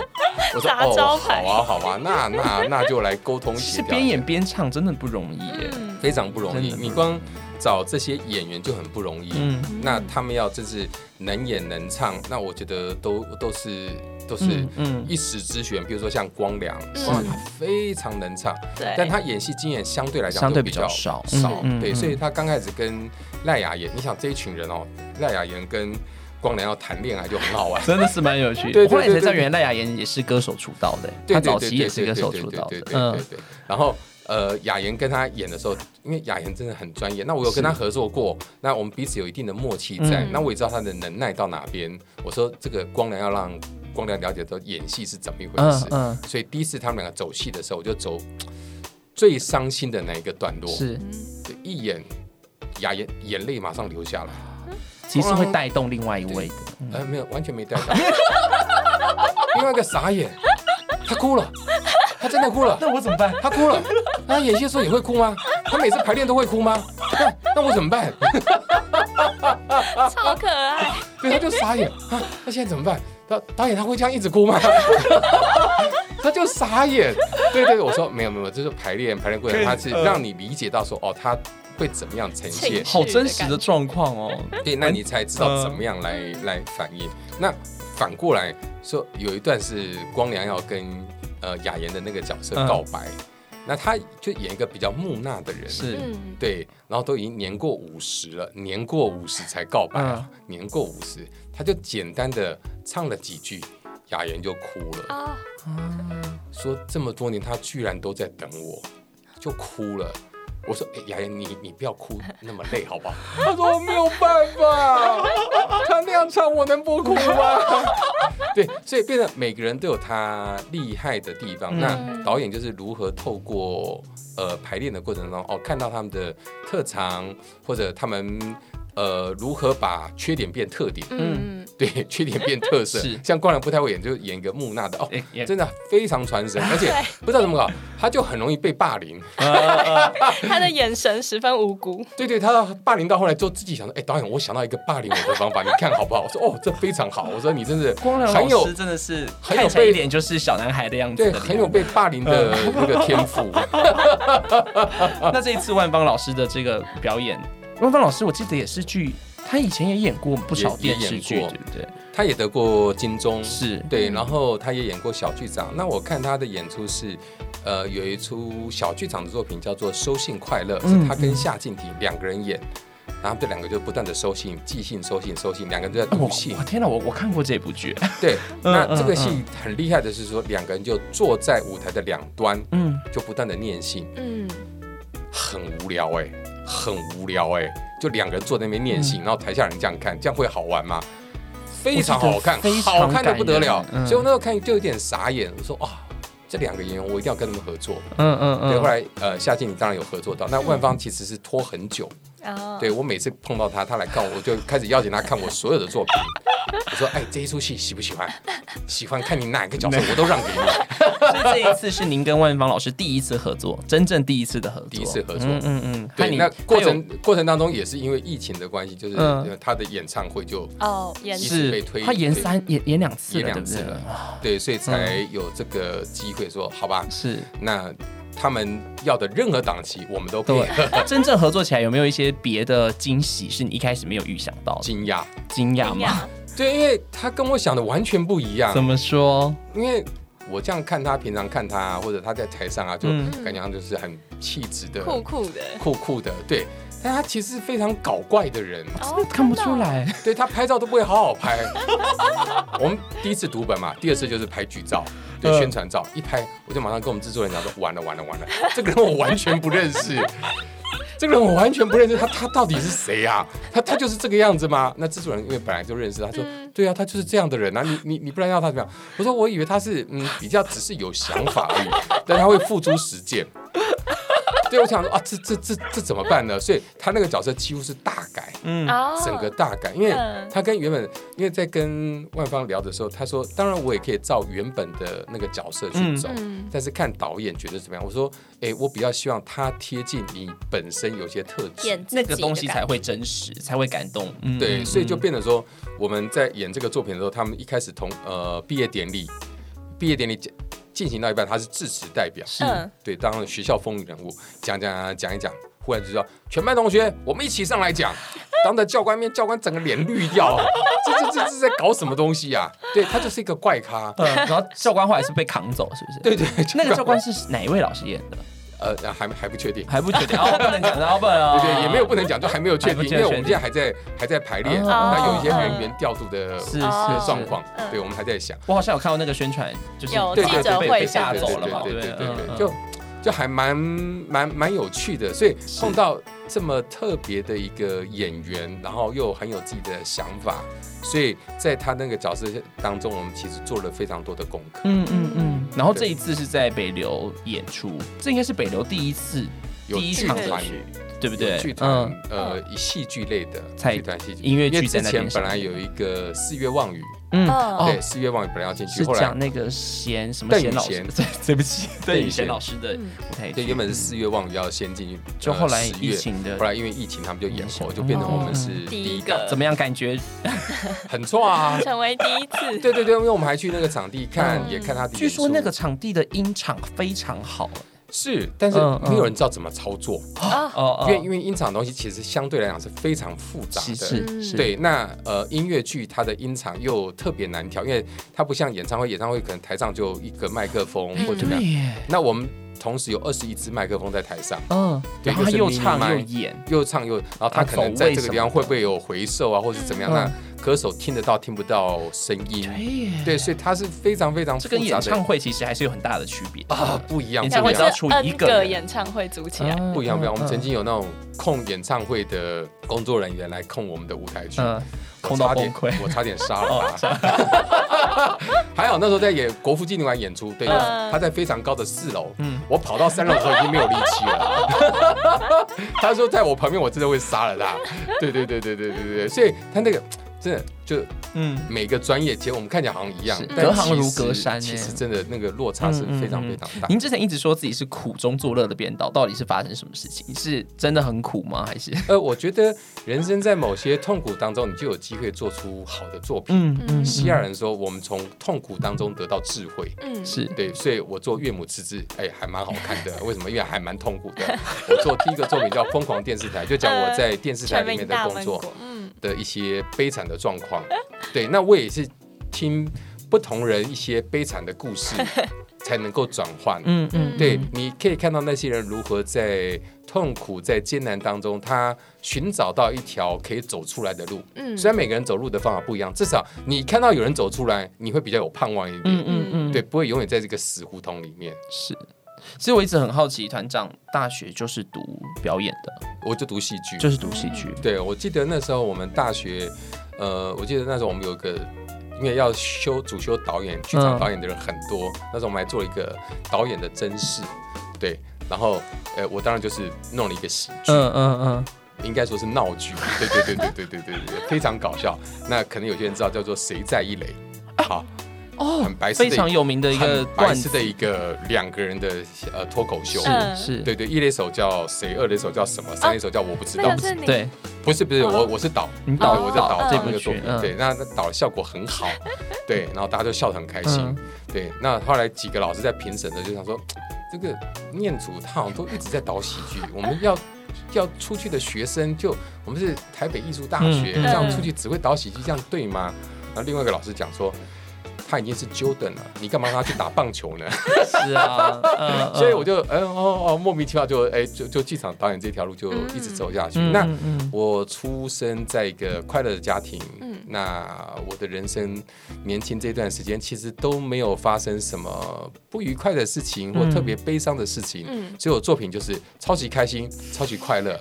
Speaker 4: 我说
Speaker 2: 砸招
Speaker 4: 哦，好
Speaker 2: 牌
Speaker 4: 啊，好啊，那那那就来沟通
Speaker 3: 其
Speaker 4: 协
Speaker 3: 实
Speaker 4: 调
Speaker 3: 边
Speaker 4: 一下，
Speaker 3: 演边唱真的不容易耶。
Speaker 2: 嗯，
Speaker 4: 非常不容
Speaker 3: 真
Speaker 4: 易。
Speaker 3: 的不
Speaker 4: 你光找这些演员就很不容易，
Speaker 3: 嗯，
Speaker 4: 那他们要就是能演能唱，那我觉得都都是都是
Speaker 3: 嗯嗯
Speaker 4: 一时之选。比如说像光良，
Speaker 2: 嗯
Speaker 4: 光良他非常能唱，
Speaker 2: 对，
Speaker 4: 但他演戏经验相对来讲
Speaker 3: 哎相对
Speaker 4: 都
Speaker 3: 比
Speaker 4: 比较
Speaker 3: 较少
Speaker 4: 少
Speaker 3: 嗯嗯
Speaker 4: 对，
Speaker 3: 嗯。
Speaker 4: 所以他刚开始跟赖雅妍，你想这一群人哦，赖雅妍跟光良要谈恋爱就很好玩
Speaker 3: 真的是蛮有趣的。
Speaker 4: 对对
Speaker 3: 我后来才知
Speaker 4: 对
Speaker 3: 道，
Speaker 4: 对对
Speaker 3: 原来赖雅妍也是歌手出道的，欸
Speaker 4: 对
Speaker 3: 她
Speaker 4: 对
Speaker 3: 早
Speaker 4: 对
Speaker 3: 期
Speaker 4: 对
Speaker 3: 也是歌手
Speaker 4: 对
Speaker 3: 出
Speaker 4: 对
Speaker 3: 道
Speaker 4: 对
Speaker 3: 的。
Speaker 4: 对对
Speaker 3: 嗯
Speaker 4: 对，对。然后呃，雅妍跟他演的时候，因为雅妍真的很专业，那我有跟他合作过，那我们彼此有一定的默契在
Speaker 3: 嗯，
Speaker 4: 那我也知道他的能耐到哪边。我说这个光良要让光良了解到演戏是怎么一回
Speaker 3: 嗯
Speaker 4: 事，
Speaker 3: 嗯，
Speaker 4: 所以第一次他们两个走戏的时候，我就走最伤心的那一个段落，
Speaker 3: 是，
Speaker 2: 嗯
Speaker 4: 对一眼雅妍眼泪马上流下来。
Speaker 3: 其实会带动另外一位的。
Speaker 4: 哎，没有，完全没带到。 另外一个傻眼，他哭了，他真的哭了，
Speaker 3: 那我怎么办？
Speaker 4: 他哭了。那他演戏的时候也会哭吗？他每次排练都会哭吗？那那我怎么办？
Speaker 3: 啊
Speaker 2: 超可爱，
Speaker 4: 对，他就傻眼啊，那现在怎么办？导导演他会这样一直哭吗？ 他就傻眼。对对，我说没有没有，就是排练排练过程，他是让你理解到说哦，他会怎么样呈现
Speaker 2: 情。
Speaker 3: 好真实的状况哦。
Speaker 4: 对，那你才知道怎么样来、来反应。那反过来说，有一段是光良要跟呃雅妍的那个角色
Speaker 3: 嗯
Speaker 4: 告白，那他就演一个比较木讷的人，啊
Speaker 3: 是，
Speaker 2: 嗯，
Speaker 4: 对，然后都已经年过五十了，年过五十才告白啊，年过五十，他就简单的唱了几句，雅妍就哭了，
Speaker 2: 啊，
Speaker 4: 说这么多年他居然都在等我，就哭了。我说：“哎、雅妍，你你不要哭那么累，好不好？”他说：“我没有办法，他那样唱，我能不哭吗？”对，所以变得每个人都有他厉害的地方。那导演就是如何透过呃排练的过程中，哦，看到他们的特长，或者他们呃如何把缺点变特点，
Speaker 2: 嗯，
Speaker 4: 对，缺点变特色
Speaker 3: 是。哎
Speaker 4: 像光良不太会演，就演一个木讷的哦
Speaker 3: 也也，
Speaker 4: 真的非常传神，而且
Speaker 2: 对
Speaker 4: 不知道怎么搞，他就很容易被霸凌。
Speaker 2: 他的眼神十分无辜，
Speaker 4: 对对，他霸凌到后来之后，自己想说，哎、导演，我想到一个霸凌我的方法，你看好不好？我说，哦，这非常好。我说，你真是
Speaker 3: 光良
Speaker 4: 很
Speaker 3: 老
Speaker 4: 有
Speaker 3: 师真的是
Speaker 4: 很有
Speaker 3: 看起来
Speaker 4: 被
Speaker 3: 一脸就是小男孩的样子
Speaker 4: 对，
Speaker 3: 的
Speaker 4: 很
Speaker 3: 脸
Speaker 4: 有被霸凌的
Speaker 3: 嗯
Speaker 4: 那个天赋。
Speaker 3: 啊那这一次万芳老师的这个表演，万芳老师我记得也是剧，他以前也演过不少
Speaker 4: 也
Speaker 3: 电视剧，
Speaker 4: 也演过
Speaker 3: 对不对？
Speaker 4: 他也得过金钟，
Speaker 3: 是，
Speaker 4: 对，然后他也演过小剧场。那我看他的演出是，呃，有一出小剧场的作品叫做《收信快乐》，
Speaker 3: 嗯
Speaker 4: 是他跟夏静婷两个人演。然后他们这两个就不断的收信、寄信、收信、收信，两个人就在
Speaker 3: 我
Speaker 4: 读信
Speaker 3: 哦我。天哪，我我看过这部剧，
Speaker 4: 对，
Speaker 3: 嗯
Speaker 4: 那
Speaker 3: 嗯
Speaker 4: 这个戏
Speaker 3: 嗯
Speaker 4: 很厉害的是说，两个人就坐在舞台的两端，
Speaker 3: 嗯，
Speaker 4: 就不断的念信，
Speaker 2: 嗯，
Speaker 4: 很无聊哎、很无聊哎、就两个人坐在那边念
Speaker 3: 嗯
Speaker 4: 信，然后台下人这样看，这样会好玩吗？非常好看，
Speaker 3: 我觉得非常
Speaker 4: 好看的不得了
Speaker 3: 感。人嗯
Speaker 4: 所以我那时候看就有点傻眼，我说哇，这两个演员我一定要跟他们合作。
Speaker 3: 嗯嗯嗯，
Speaker 4: 对，后来呃，夏静你当然有合作到，那万芳其实是拖很久，
Speaker 3: 嗯
Speaker 2: 哦，
Speaker 4: 对我每次碰到他，他来看我，我就开始邀请他看我所有的 作品。我说：“哎，这一出戏喜不喜欢？喜欢，看你哪个角 色，我都让给你。
Speaker 3: 这一次是您跟万芳老师第一次合作，真正第一次的合作，
Speaker 4: 第一次合作
Speaker 3: 嗯嗯嗯”， 和
Speaker 4: 对，
Speaker 3: 你
Speaker 4: 那过
Speaker 3: 还有
Speaker 4: 程过程当中也是因为疫情的关系，就是
Speaker 3: 嗯
Speaker 4: 呃他的演唱会就
Speaker 2: 哦，延
Speaker 4: 一
Speaker 2: 续，
Speaker 4: 直
Speaker 3: 是
Speaker 4: 被推
Speaker 3: 他演三演演两次了，
Speaker 4: 演两次
Speaker 3: 对不对
Speaker 4: 了
Speaker 3: 啊
Speaker 4: 对，所以才有这个机会说好吧，
Speaker 3: 是
Speaker 4: 那他们要的任何档期我们都可以。
Speaker 3: 真正合作起来有没有一些别的惊喜是你一开始没有预想到 的？
Speaker 4: 惊讶，
Speaker 3: 惊讶
Speaker 2: 一
Speaker 3: 吗？
Speaker 2: 样
Speaker 4: 对，因为他跟我想的完全不一样
Speaker 3: 怎。么说？
Speaker 4: 因为我这样看他，平常看他，或者他在台上啊，就
Speaker 3: 嗯
Speaker 4: 感觉上就是很气质的、
Speaker 2: 酷酷的，
Speaker 4: 酷酷的，对。但他其实非常搞怪的人，
Speaker 2: 哦，
Speaker 3: 看不
Speaker 2: 真的
Speaker 3: 出
Speaker 2: 哦，
Speaker 3: 来，
Speaker 4: 对他拍照都不会好好拍。 我们第一次读本嘛，第二次就是拍剧照，对
Speaker 3: 嗯
Speaker 4: 宣传照，一拍我就马上跟我们制作人讲说，完了完了完了，这个人我完全不认识。 这个人我完全不认识，他他到底是谁呀、啊？他他就是这个样子吗？那制作人因为本来就认识，他说、对啊，他就是这样的人啊，你你你不然要他怎么样？我说我以为他是嗯比较只是有想法而已，但他会付诸实践。对，我想说啊，这这这这怎么办呢？所以他那个角色几乎是大改，
Speaker 3: 嗯
Speaker 2: 哦，
Speaker 4: 整个大改，因为
Speaker 2: 嗯
Speaker 4: 他跟原本，因为在跟万芳聊的时候，他说，当然我也可以照原本的那个角色去走，
Speaker 2: 嗯
Speaker 4: 但是看导演觉得怎么样。我说，哎、我比较希望他贴近你本身有些特质。
Speaker 2: 演自己
Speaker 3: 那
Speaker 2: 的
Speaker 3: 个东西
Speaker 2: 感
Speaker 3: 才会真实，才会感动。嗯
Speaker 4: 对，
Speaker 3: 嗯
Speaker 4: 所以就
Speaker 3: 嗯
Speaker 4: 变得说，我们在演这个作品的时候，他们一开始同呃毕业典礼，毕业典礼进进行到一半，他是致辞代表，
Speaker 3: 是
Speaker 2: 嗯，
Speaker 4: 对，当然学校风云人物，讲讲讲讲一讲，忽然就说全班同学，我们一起上来讲。当着教官面，教官整个脸绿掉，啊这这这这是在搞什么东西啊？对他就是一个怪咖，
Speaker 3: 嗯，然后教官后来是被扛走，是不是？
Speaker 4: 对对，
Speaker 3: 那个教官是哪一位老师演的？
Speaker 4: 呃还还不确定。
Speaker 3: 还不确 定，哦，不能讲，然后不能哦，
Speaker 4: 对对，也没有不能讲，就还没有确
Speaker 3: 还不
Speaker 4: 定，
Speaker 3: 确
Speaker 4: 因
Speaker 3: 定
Speaker 4: 为我们现在还在还在排练，
Speaker 3: 哦
Speaker 4: 那有一些人员调度的
Speaker 3: 是是
Speaker 2: 哦
Speaker 3: 是
Speaker 4: 状况
Speaker 2: 嗯，
Speaker 4: 对我们还在想。
Speaker 3: 我好像有看到那个宣传，就是
Speaker 4: 哦
Speaker 2: 有
Speaker 3: 对
Speaker 2: 记者
Speaker 3: 被
Speaker 2: 会
Speaker 3: 被
Speaker 2: 上
Speaker 3: 吓走了嘛，
Speaker 4: 对对对
Speaker 3: 嗯
Speaker 4: 对，
Speaker 3: 嗯
Speaker 4: 就就还蛮蛮蛮有趣的，所以碰到这么特别的一个演员，然后又很有自己的想法，所以在他那个角色当中，我们其实做了非常多的功课，
Speaker 3: 嗯嗯嗯。然后这一次是在北流演出，这应该是北流第一次，
Speaker 4: 有
Speaker 3: 第一
Speaker 4: 剧
Speaker 3: 场
Speaker 4: 团
Speaker 3: 的。对不对？嗯
Speaker 4: 有剧团，呃，以戏剧类的
Speaker 3: 才
Speaker 4: 剧团戏剧
Speaker 3: 音乐剧
Speaker 4: 因为之
Speaker 3: 在那边
Speaker 4: 前
Speaker 3: 上
Speaker 4: 本来有一个四月望雨，
Speaker 3: 嗯，
Speaker 4: 呃
Speaker 2: 哦
Speaker 4: 对，四月望雨本来要进去，
Speaker 3: 是
Speaker 4: 后来
Speaker 3: 讲那个贤什么
Speaker 4: 邓宇
Speaker 3: 贤老师
Speaker 4: 贤，
Speaker 3: 对 对不起，
Speaker 4: 邓宇
Speaker 3: 邓宇贤
Speaker 4: 贤
Speaker 3: 老师的
Speaker 2: 嗯
Speaker 3: 舞台
Speaker 4: 对，
Speaker 3: 剧
Speaker 4: 原，本是四月望雨要先进去，
Speaker 3: 就
Speaker 4: 呃
Speaker 3: 后来
Speaker 4: 10
Speaker 3: 疫
Speaker 4: 月
Speaker 3: 情的
Speaker 4: 后来因为疫情他们就延后，
Speaker 3: 影响
Speaker 4: 就变成我们是
Speaker 3: 哦
Speaker 2: 第一
Speaker 4: 第一
Speaker 2: 个
Speaker 4: 个，
Speaker 3: 怎么样？感觉
Speaker 4: 很错啊，
Speaker 2: 成为第一次，
Speaker 4: 对对对，因为我们还去那个场地看，
Speaker 3: 嗯
Speaker 4: 也看他的演出。
Speaker 3: 据说那个场地的音场非常好，
Speaker 4: 是，但是
Speaker 3: 嗯嗯
Speaker 4: 没有人知道怎么操作，
Speaker 3: 哦
Speaker 4: 因为因为音场的东西其实相对来讲是非常复杂
Speaker 3: 是
Speaker 4: 的。
Speaker 3: 是是，
Speaker 4: 对，那呃，音乐剧它的音场又特别难调，因为它不像演唱会，演唱会可能台上就一个麦克风或者怎么
Speaker 3: 嗯对
Speaker 4: 样。
Speaker 3: 耶，
Speaker 4: 那我们同时有二十一支麦克风在台上，
Speaker 3: 嗯，
Speaker 4: 对
Speaker 3: 然后他
Speaker 4: 就是
Speaker 3: 又
Speaker 4: mini
Speaker 3: 唱又
Speaker 4: mic
Speaker 3: 演，
Speaker 4: 又唱又，然后他可能在这个地
Speaker 3: 啊
Speaker 4: 方
Speaker 3: 走位什么的
Speaker 4: 会不会有回授啊，或是怎么样？
Speaker 3: 嗯
Speaker 4: 那歌手听得到听不到声音？
Speaker 3: 对哎耶，
Speaker 4: 对，所以它是非常非常
Speaker 3: 这
Speaker 4: 复
Speaker 3: 跟
Speaker 4: 杂
Speaker 3: 演
Speaker 4: 的
Speaker 3: 唱会其实还是有很大的区别
Speaker 4: 啊，不一样，
Speaker 3: 演
Speaker 4: 不一
Speaker 3: 唱会
Speaker 4: 样
Speaker 3: 只要出一
Speaker 2: N
Speaker 3: 个人
Speaker 2: 个演唱会组起来，
Speaker 3: 嗯
Speaker 4: 不一样，不一样。我们
Speaker 3: 嗯
Speaker 4: 曾经有那种控演唱会的工作人员来控我们的舞台剧，
Speaker 3: 嗯，
Speaker 4: 我
Speaker 3: 空到
Speaker 4: 差
Speaker 3: 崩
Speaker 4: 点
Speaker 3: 溃。
Speaker 4: 我差点杀了他。还好那时候在演国父纪念馆演出，对，
Speaker 2: 嗯
Speaker 4: 他在非常高的四楼，
Speaker 3: 嗯
Speaker 4: 我跑到三楼的时候已经没有力气了。他说在我旁边，我真的会杀了他。对对对对对对对，所以他那个真的就
Speaker 3: 嗯，
Speaker 4: 每个专业，其实我们看起来好像一样
Speaker 3: 是，
Speaker 4: 但
Speaker 3: 隔行如
Speaker 4: 其实
Speaker 3: 隔山
Speaker 4: 其
Speaker 3: 欸
Speaker 4: 实真的那个落差是非常
Speaker 3: 嗯嗯嗯
Speaker 4: 非常大。
Speaker 3: 您之前一直说自己是苦中作乐的编导，到底是发生什么事情？是真的很苦吗？还是
Speaker 4: 呃，我觉得人生在某些痛苦当中，你就有机会做出好的作品。
Speaker 3: 嗯
Speaker 2: 嗯
Speaker 4: 西亚人说，我们从痛苦当中得到智慧。
Speaker 2: 嗯，
Speaker 3: 是
Speaker 4: 对，所以我做岳母之志，哎，还蛮好看的。为什么？因为还蛮痛苦的。我做第一个作品叫《疯狂电视台》，就讲我在电视台
Speaker 2: 全
Speaker 4: 里
Speaker 2: 民
Speaker 4: 面的
Speaker 2: 大
Speaker 4: 工
Speaker 2: 闷
Speaker 4: 作
Speaker 2: 锅，嗯，
Speaker 4: 的一些悲惨的状 况。对，那我也是听不同人一些悲惨的故事，才能够转换。
Speaker 5: 嗯嗯，
Speaker 4: 对，你可以看到那些人如何在痛苦、在艰难当中，他寻找到一条可以走出来的路。
Speaker 2: 嗯
Speaker 4: 虽然每个人走路的方法不一样，至少你看到有人走出来，你会比较有盼望一点。
Speaker 5: 嗯嗯嗯，
Speaker 4: 对，不会永远在这个死胡同里面。
Speaker 3: 是。其实我一直很好奇，团长大学就是读表演的，
Speaker 4: 我就读戏剧，
Speaker 3: 就是读戏剧。
Speaker 4: 对我记得那时候我们大学，呃，我记得那时候我们有一个。因为要修主修导演、剧场导演的人很多，那时候我们还做了一个导演的甄试，对，然后，呃，我当然就是弄了一个喜剧，
Speaker 3: 嗯嗯嗯，
Speaker 4: 应该说是闹剧，对对对对对对对对对，非常搞笑。那可能有些人知道叫做“谁在一垒”，好，
Speaker 3: 啊哦
Speaker 4: 很白痴的一
Speaker 3: 非常有名的一个
Speaker 4: 很白
Speaker 3: 段
Speaker 4: 痴
Speaker 3: 子，
Speaker 4: 的一个两个人的呃脱口秀。
Speaker 2: 嗯
Speaker 3: 是啊是，
Speaker 4: 对对，一垒手叫谁，二垒手叫什么，三垒手叫我不知
Speaker 2: 那
Speaker 4: 道
Speaker 2: 个。是 你
Speaker 3: 对，
Speaker 4: 不是不是，
Speaker 2: 哦
Speaker 4: 我我是导，
Speaker 3: 你
Speaker 4: 对
Speaker 3: 导
Speaker 4: 我是
Speaker 2: 导
Speaker 4: 导
Speaker 2: 嗯
Speaker 4: 这
Speaker 3: 这部
Speaker 4: 个作
Speaker 3: 剧
Speaker 4: 品，
Speaker 3: 嗯
Speaker 4: 对，那那导的效果很好，对，然后大家就笑得很开心
Speaker 3: 嗯，
Speaker 4: 对。那后来几个老师在评审的就想说，这个念祖他好像都一直在导喜剧，我们要要出去的学生就我们是台北艺术大学，
Speaker 3: 嗯嗯
Speaker 4: 这样出去只会导喜剧，这样对吗？然后另外一个老师讲说。他已经是 Jordan 了，你干嘛让他去打棒球呢？
Speaker 3: 是啊，嗯嗯
Speaker 4: 所以我就，嗯哦哦，莫名其妙就，哎、就就剧场导演这条路就一直走下去。
Speaker 3: 嗯
Speaker 4: 那
Speaker 3: 嗯嗯
Speaker 4: 我出生在一个快乐的家庭，
Speaker 2: 嗯
Speaker 4: 那我的人生年轻这段时间其实都没有发生什么不愉快的事情或
Speaker 3: 嗯
Speaker 4: 特别悲伤的事情，
Speaker 2: 嗯
Speaker 4: 所以我作品就是超级开心、超级快乐。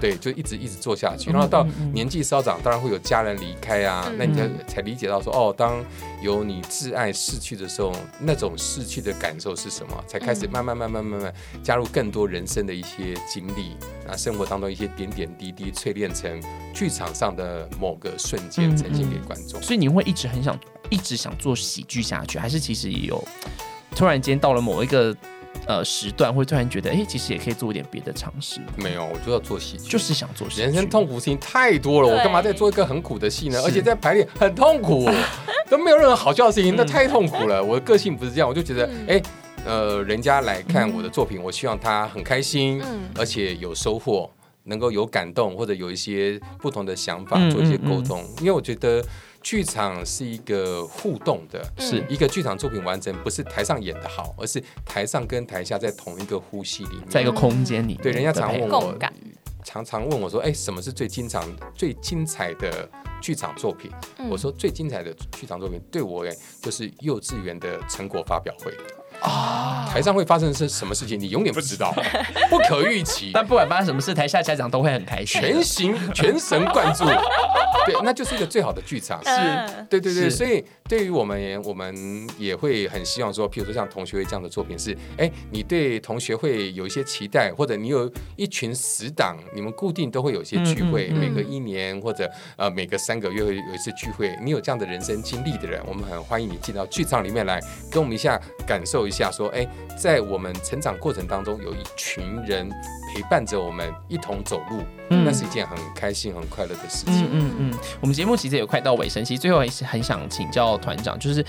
Speaker 4: 对，就一直一直做下去，然后
Speaker 3: 嗯
Speaker 4: 到年纪稍长，当然会有家人离开啊，
Speaker 2: 嗯
Speaker 4: 那你才才理解到说，哦，当有你挚爱逝去的时候，那种逝去的感受是什么？才开始慢慢慢慢慢慢加入更多人生的一些经历，啊，生活当中一些点点滴滴淬炼成剧场上的某个瞬间
Speaker 3: 嗯
Speaker 4: 呈现给观众。
Speaker 3: 所以你会一直很想，一直想做喜剧下去，还是其实也有突然间到了某一个呃时段，会突然觉得，哎、其实也可以做一点别的尝试，
Speaker 4: 没有，我就要做喜剧，
Speaker 3: 就是想做喜剧。
Speaker 4: 人生痛苦事情太多了，我
Speaker 2: 对
Speaker 4: 干嘛再做一个很苦的戏呢？
Speaker 3: 是
Speaker 4: 而且在排练很痛苦，都没有任何好笑的
Speaker 2: 嗯
Speaker 4: 事情，那太痛苦了。我的个性不是这样，我就觉得，哎、呃，人家来看我的作品，我希望他很开心，
Speaker 2: 嗯
Speaker 4: 而且有收获，能够有感动，或者有一些不同的想法，
Speaker 3: 嗯
Speaker 4: 做一些沟通。因为我觉得剧场是一个互动的，
Speaker 3: 是
Speaker 4: 一个剧场作品完成，不是台上演的好，而是台上跟台下在同一个呼吸里面，
Speaker 3: 在一个空间里面的
Speaker 4: 对，
Speaker 3: 配合，
Speaker 4: 人家常问我
Speaker 2: 共感，
Speaker 4: 常常问我说：“哎、什么是最经常、最精彩的剧场作品？”
Speaker 2: 嗯
Speaker 4: 我说：“最精彩的剧场作品对我而言就是幼稚园的成果发表会啊，台上会发生是什么事情，你永远不知道，不可预期，
Speaker 3: 但不管发生什么事，台下家长都会很开心。
Speaker 4: 全神全神贯注。对，那就是一个最好的剧场。
Speaker 2: 嗯
Speaker 4: 对对对，
Speaker 3: 是
Speaker 4: 所以对于我们也，我们也会很希望说，譬如说像同学会这样的作品是，哎，你对同学会有一些期待，或者你有一群死党，你们固定都会有一些聚会，
Speaker 3: 嗯嗯嗯
Speaker 4: 每隔一年或者呃每隔三个月会有一次聚会。你有这样的人生经历的人，我们很欢迎你进到剧场里面来，跟我们一下感受一下，说，哎，在我们成长过程当中，有一群人陪伴着我们一同走路，
Speaker 3: 嗯
Speaker 4: 那是一件很开心、很快乐的事情
Speaker 3: 嗯。嗯嗯，我们节目其实也快到尾声，其实最后还是很想请教团长，就是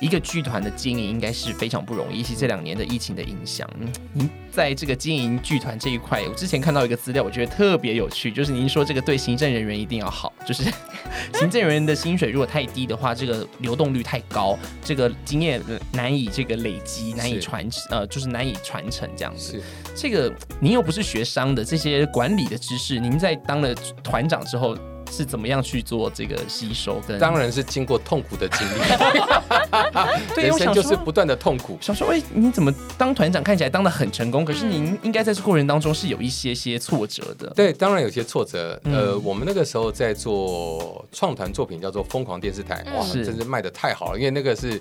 Speaker 3: 一个剧团的经营应该是非常不容易，尤其这两年的疫情的影响。嗯您在这个经营剧团这一块，我之前看到一个资料，我觉得特别有趣，就是您说这个对行政人员一定要好，就是 行政人员的薪水如果太低的话，这个流动率太高，这个经验呃难以这个累积，难以
Speaker 4: 是
Speaker 3: 传呃就是难以传承这样子
Speaker 4: 是。
Speaker 3: 这个您又不是学商的，这些管理的知识，您在当了团长之后是怎么样去做这个吸收跟？
Speaker 4: 当然是经过痛苦的经历，
Speaker 3: 对
Speaker 4: 人
Speaker 3: 我
Speaker 4: 生
Speaker 3: 想
Speaker 4: 就是
Speaker 3: 说
Speaker 4: 不断的痛苦。
Speaker 3: 想说，哎、你怎么当团长看起来当的很成功，可是您应该在这过程当中是有一些些挫折的。
Speaker 4: 嗯对，当然有些挫折。
Speaker 3: 嗯
Speaker 4: 呃，我们那个时候在做创团作品，叫做《疯狂电视台》，哇，
Speaker 3: 嗯是
Speaker 4: 真是卖的太好了，因为那个是，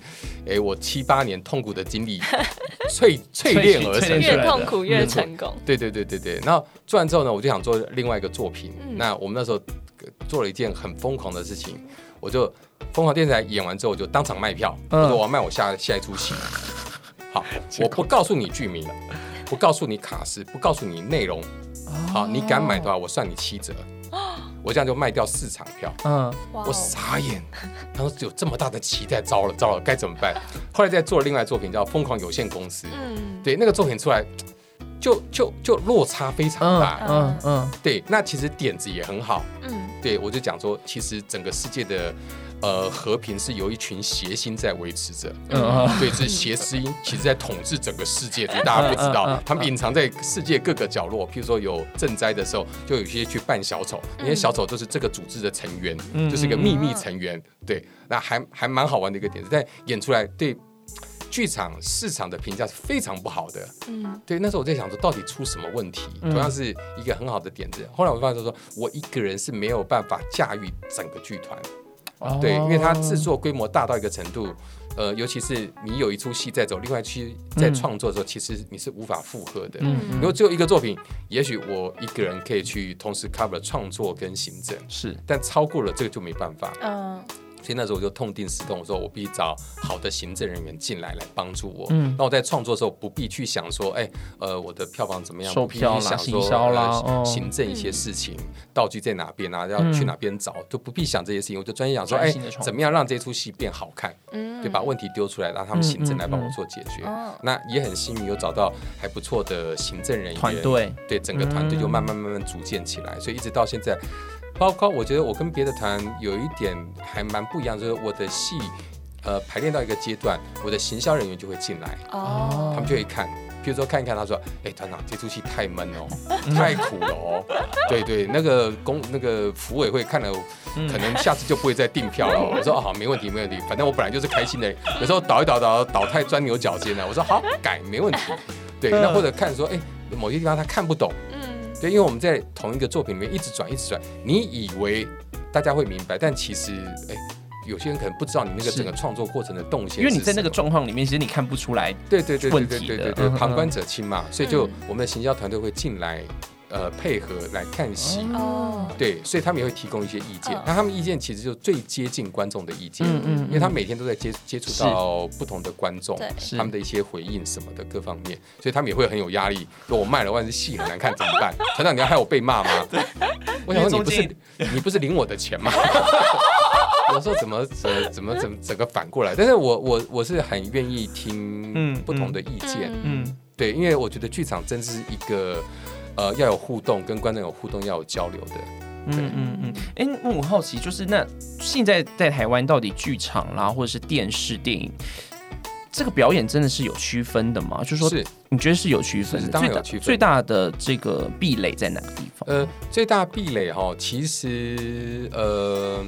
Speaker 4: 哎，我七八年痛苦的经历 淬淬炼而
Speaker 3: 淬
Speaker 4: 成
Speaker 3: 炼出来
Speaker 4: 的。
Speaker 2: 越痛苦越成功。
Speaker 4: 对对对对对。那做完之后呢，我就想做另外一个作品。
Speaker 2: 嗯
Speaker 4: 那我们那时候呃做了一件很疯狂的事情，我就疯狂电视台演完之后，我就当场卖票，
Speaker 3: 嗯
Speaker 4: 我说我要卖我下下一出戏。好，我不告诉你剧名，不告诉你卡司，不告诉你内容。好，你敢买的话，我算你七折。我这样就卖掉四场票。
Speaker 3: 嗯，
Speaker 2: 哇
Speaker 4: 我
Speaker 2: 哦，
Speaker 4: 傻眼，他说有这么大的期待，糟了糟了，该怎么办？后来再做了另外一作品叫《疯狂有限公司》，
Speaker 2: 嗯，
Speaker 4: 对，那个作品出来，就就就落差非常
Speaker 3: 嗯
Speaker 4: 大。
Speaker 3: 嗯嗯嗯，
Speaker 4: 对，那其实点子也很好。
Speaker 2: 嗯
Speaker 4: 对我就讲说，其实整个世界的呃和平是由一群谐星在维持着，
Speaker 3: 嗯
Speaker 4: 对，这邪思音其实在统治整个世界，只是大家不知
Speaker 3: 嗯嗯
Speaker 4: 道
Speaker 3: 嗯，
Speaker 4: 他们隐藏在世界各个角落。譬如说有赈灾的时候，就有一些去扮小丑，
Speaker 3: 嗯
Speaker 4: 那些小丑就是这个组织的成员，就是一个秘密成员。对，那还还蛮好玩的一个点子，但演出来对。剧场市场的评价是非常不好的，
Speaker 2: 嗯，
Speaker 4: 对。那时候我在想说，到底出什么问题？
Speaker 3: 嗯
Speaker 4: 同样是一个很好的点子。后来我发现说，我一个人是没有办法驾驭整个剧团，
Speaker 3: 哦
Speaker 4: 对，因为它制作规模大到一个程度，呃，尤其是你有一出戏在走，另外一出在创作的时候，其实你是无法负荷的。
Speaker 3: 嗯
Speaker 4: 如果只有一个作品，也许我一个人可以去同时 cover 创作跟行政，
Speaker 3: 是
Speaker 4: 但超过了这个就没办法。
Speaker 2: 嗯，
Speaker 4: 所以那时候我就痛定思痛，我说我必须找好的行政人员进来来帮助我。
Speaker 3: 嗯
Speaker 4: 那我在创作的时候不必去想说，哎、呃，我的票房怎么样？
Speaker 3: 售
Speaker 4: 不必去
Speaker 3: 票啦
Speaker 4: 想说
Speaker 3: 行销啦
Speaker 4: 呃
Speaker 3: 哦嗯
Speaker 4: 行政一些事情，道具在哪边啊，要去哪边找，就不必想这些事情。我就专心想说，
Speaker 3: 专
Speaker 4: 哎、
Speaker 3: 心地创作
Speaker 4: 怎么样让这出戏变好看？嗯，
Speaker 2: 哦
Speaker 4: 对，把问题丢出来，让
Speaker 3: 嗯
Speaker 4: 他们行政来帮我做解决。
Speaker 2: 嗯
Speaker 4: 那也很幸运，有找到还不错的行政人员
Speaker 3: 团队，嗯
Speaker 4: 对整个团队就慢慢慢慢组建起来，所以一直到现在，包括我觉得我跟别的团有一点还蛮不一样，就是我的戏，呃，排练到一个阶段，我的行销人员就会进来，
Speaker 2: 哦，
Speaker 4: 他们就会看。比如说看一看，他说：“哎、团长，这出戏太闷了哦，
Speaker 3: 嗯
Speaker 4: 太苦了 哦。”对对，那个公那个服委会看了，
Speaker 3: 嗯
Speaker 4: 可能下次就不会再订票了哦。我说：“哦，好，没问题，没问题，反正我本来就是开心的。有时候倒一倒倒倒太钻牛角尖了。”啊我说：“好，改没问题。” 对，
Speaker 3: 嗯
Speaker 4: 那或者看说：“哎、某些地方他看不懂，
Speaker 2: 嗯，
Speaker 4: 对，因为我们在同一个作品里面一直转，一直转，你以为大家会明白，但其实，哎，有些人可能不知道你那个
Speaker 3: 是
Speaker 4: 整个创作过程的动线，
Speaker 3: 因为你在那个，状况里面，其实你看不出来。
Speaker 4: 对对对对
Speaker 3: 问
Speaker 4: 对
Speaker 3: 题
Speaker 4: 对
Speaker 3: 的
Speaker 4: 对对，
Speaker 3: 嗯嗯
Speaker 4: 旁观
Speaker 3: 嗯
Speaker 4: 者清嘛，所以就
Speaker 2: 嗯
Speaker 4: 我们的行销团队会进来，呃，配合来看戏。
Speaker 2: 哦，
Speaker 4: 对，所以他们也会提供一些意见
Speaker 2: 嗯，
Speaker 4: 那他们意见其实就最接近观众的意见，
Speaker 3: 嗯嗯
Speaker 4: 因为他每天都在接接触
Speaker 3: 是
Speaker 4: 到不同的观众
Speaker 2: 对，
Speaker 3: 是
Speaker 4: 他们的一些回应什么的各方面，所以他们也会很有压力。如果我卖了，万一戏很难看怎么办？团长，你要害我被骂吗？我想说你不
Speaker 3: 因为
Speaker 4: 是你不是领我的钱吗？ 我说怎么怎么怎么怎么整个反过来？但是我我我是很愿意听
Speaker 3: 嗯
Speaker 4: 不同的意见，
Speaker 2: 嗯，
Speaker 3: 嗯，
Speaker 4: 对，因为我觉得剧场真是一个呃要有互动，跟观众有互动，要有交流的。
Speaker 3: 嗯嗯嗯，哎、那我好奇就是，那现在在台湾到底剧场啦，或者是电视电影，这个表演真的是有区分的吗？就是说，
Speaker 4: 是
Speaker 3: 你觉得是有区分
Speaker 4: 是是
Speaker 3: 的？
Speaker 4: 当然
Speaker 3: 最大
Speaker 4: 有区分
Speaker 3: 最大的这个壁垒在哪个地方？
Speaker 4: 呃，最大壁垒哈，其实呃，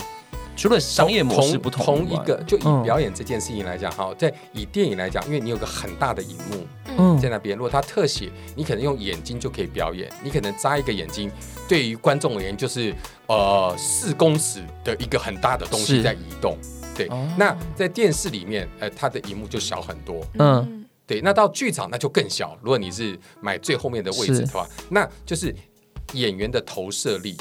Speaker 3: 除了商业模式
Speaker 4: 同
Speaker 3: 不同
Speaker 4: 同
Speaker 3: 以
Speaker 4: 一
Speaker 3: 外
Speaker 4: 个就
Speaker 3: 嗯
Speaker 4: 以表演这件事情来讲哈，在以电影来讲，因为你有个很大的荧幕
Speaker 3: 嗯
Speaker 4: 在那边，如果它特写，你可能用眼睛就可以表演，你可能眨一个眼睛，对于观众而言就是呃四公尺的一个很大的东
Speaker 3: 是
Speaker 4: 西在移动。对
Speaker 3: 哦，
Speaker 4: 那在电视里面，呃，它的荧幕就小很多。
Speaker 3: 嗯
Speaker 4: 对，那到剧场那就更小。如果你是买最后面的位置
Speaker 3: 是
Speaker 4: 的话，那就是演员的投射力，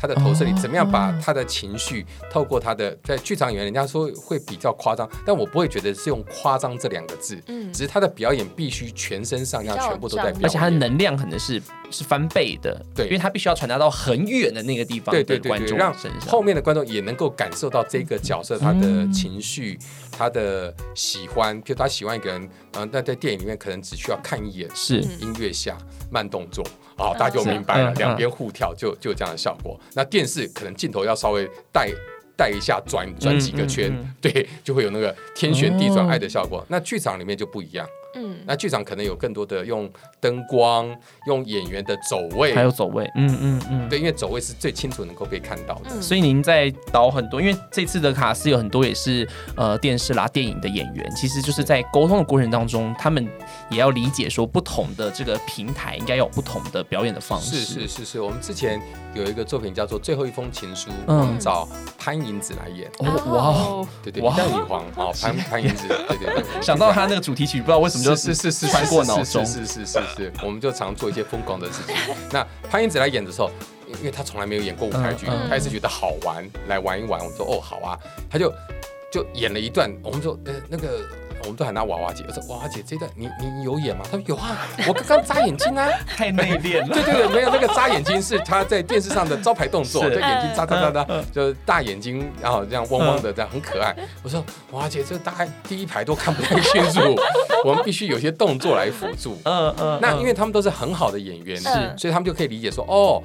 Speaker 4: 他的投射
Speaker 3: 哦
Speaker 4: 力怎么样把他的情绪透过他的在剧场演员，人家说会比较夸张，但我不会觉得是用夸张这两个字，
Speaker 2: 嗯
Speaker 4: 只是他的表演必须全身上下
Speaker 2: 比较有
Speaker 4: 全部都在
Speaker 2: 张力
Speaker 4: 表演，
Speaker 3: 而且它的能量可能是是翻倍的，
Speaker 4: 对
Speaker 3: 因为它必须要传达到很远的那个地方
Speaker 4: 对
Speaker 3: 的
Speaker 4: 对对
Speaker 3: 观
Speaker 4: 对，
Speaker 3: 众
Speaker 4: 让
Speaker 3: 身上。嗯
Speaker 4: 后面的观众也能够感受到这个角色他的情绪、他的喜欢，譬如他喜欢一个人，嗯、那在电影里面可能只需要看一眼，
Speaker 3: 是
Speaker 4: 音乐下慢动作，好、大家就明白
Speaker 3: 嗯
Speaker 4: 了，两边互跳就就有这样的效果。那电视可能镜头要稍微带带一下，转转几个圈，
Speaker 3: 嗯嗯
Speaker 4: 对，就会有那个天旋地转
Speaker 3: 哦
Speaker 4: 爱的效果。那剧场里面就不一样，
Speaker 2: 嗯，
Speaker 4: 那剧场可能有更多的用灯光、用演员的走位
Speaker 3: 还，有走位，嗯嗯嗯。
Speaker 4: 对，因为走位是最清楚能够被看到的。
Speaker 2: 嗯
Speaker 3: 所以您在导很多，因为这次的卡司有很多也是呃电视啦、电影的演员，其实就是在沟通的过程当中，他们也要理解说不同的这个平台应该有不同的表演的方式。
Speaker 4: 是是是是，我们之前有一个作品叫做《最后一封情书》，
Speaker 3: 嗯
Speaker 4: 我们找潘迎紫来演，
Speaker 3: 哦
Speaker 2: 嗯
Speaker 3: 哇哦，
Speaker 4: 对对，
Speaker 3: 哇
Speaker 4: 一代女皇啊， 潘潘迎紫，对对对，
Speaker 3: 想到他那个主题曲，不知道为什么就是
Speaker 4: 是是
Speaker 3: 穿过脑
Speaker 4: 是
Speaker 3: 中。
Speaker 4: 是是是是是，我们就常做一些疯狂的 事情。那潘英子来演的时候，因为她从来没有演过舞台剧
Speaker 3: 嗯，
Speaker 4: 她也是觉得好玩，来玩一玩。我们说哦好啊，她就就演了一段，我们说呃那个。我们都喊她娃娃姐，我说娃娃姐这段你你有演吗？她说有啊，我刚刚眨眼睛啊。
Speaker 3: 太内敛了。
Speaker 4: 对对对，没有那个眨眼睛是她在电视上的招牌动作，
Speaker 3: 是嗯
Speaker 4: 就眼睛眨眨眨眨，就是大眼睛，然后这样汪汪的，这样很可爱。我说娃娃姐，这大家第一排都看不太清 楚，我们必须有些动作来辅助。
Speaker 3: 嗯嗯
Speaker 4: 那因为他们都是很好的演员，
Speaker 2: 是
Speaker 4: 呃所以他们就可以理解说，哦，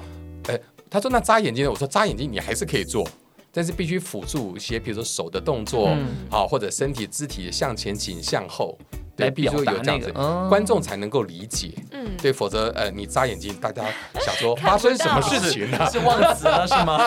Speaker 4: 哎、他说那眨眼睛的，我说眨眼睛你还是可以做，但是必须辅助一些，比如说手的动作，好、
Speaker 3: 嗯
Speaker 4: 或者身体肢体向前倾、向后，对，
Speaker 3: 来
Speaker 4: 必须
Speaker 3: 表
Speaker 4: 有
Speaker 3: 达
Speaker 4: 这样子，
Speaker 3: 那个哦
Speaker 4: 观众才能够理解。
Speaker 2: 嗯，
Speaker 4: 对，否则呃，你眨眼睛，大家想说发生什么事情呢、
Speaker 3: 是忘词了是吗？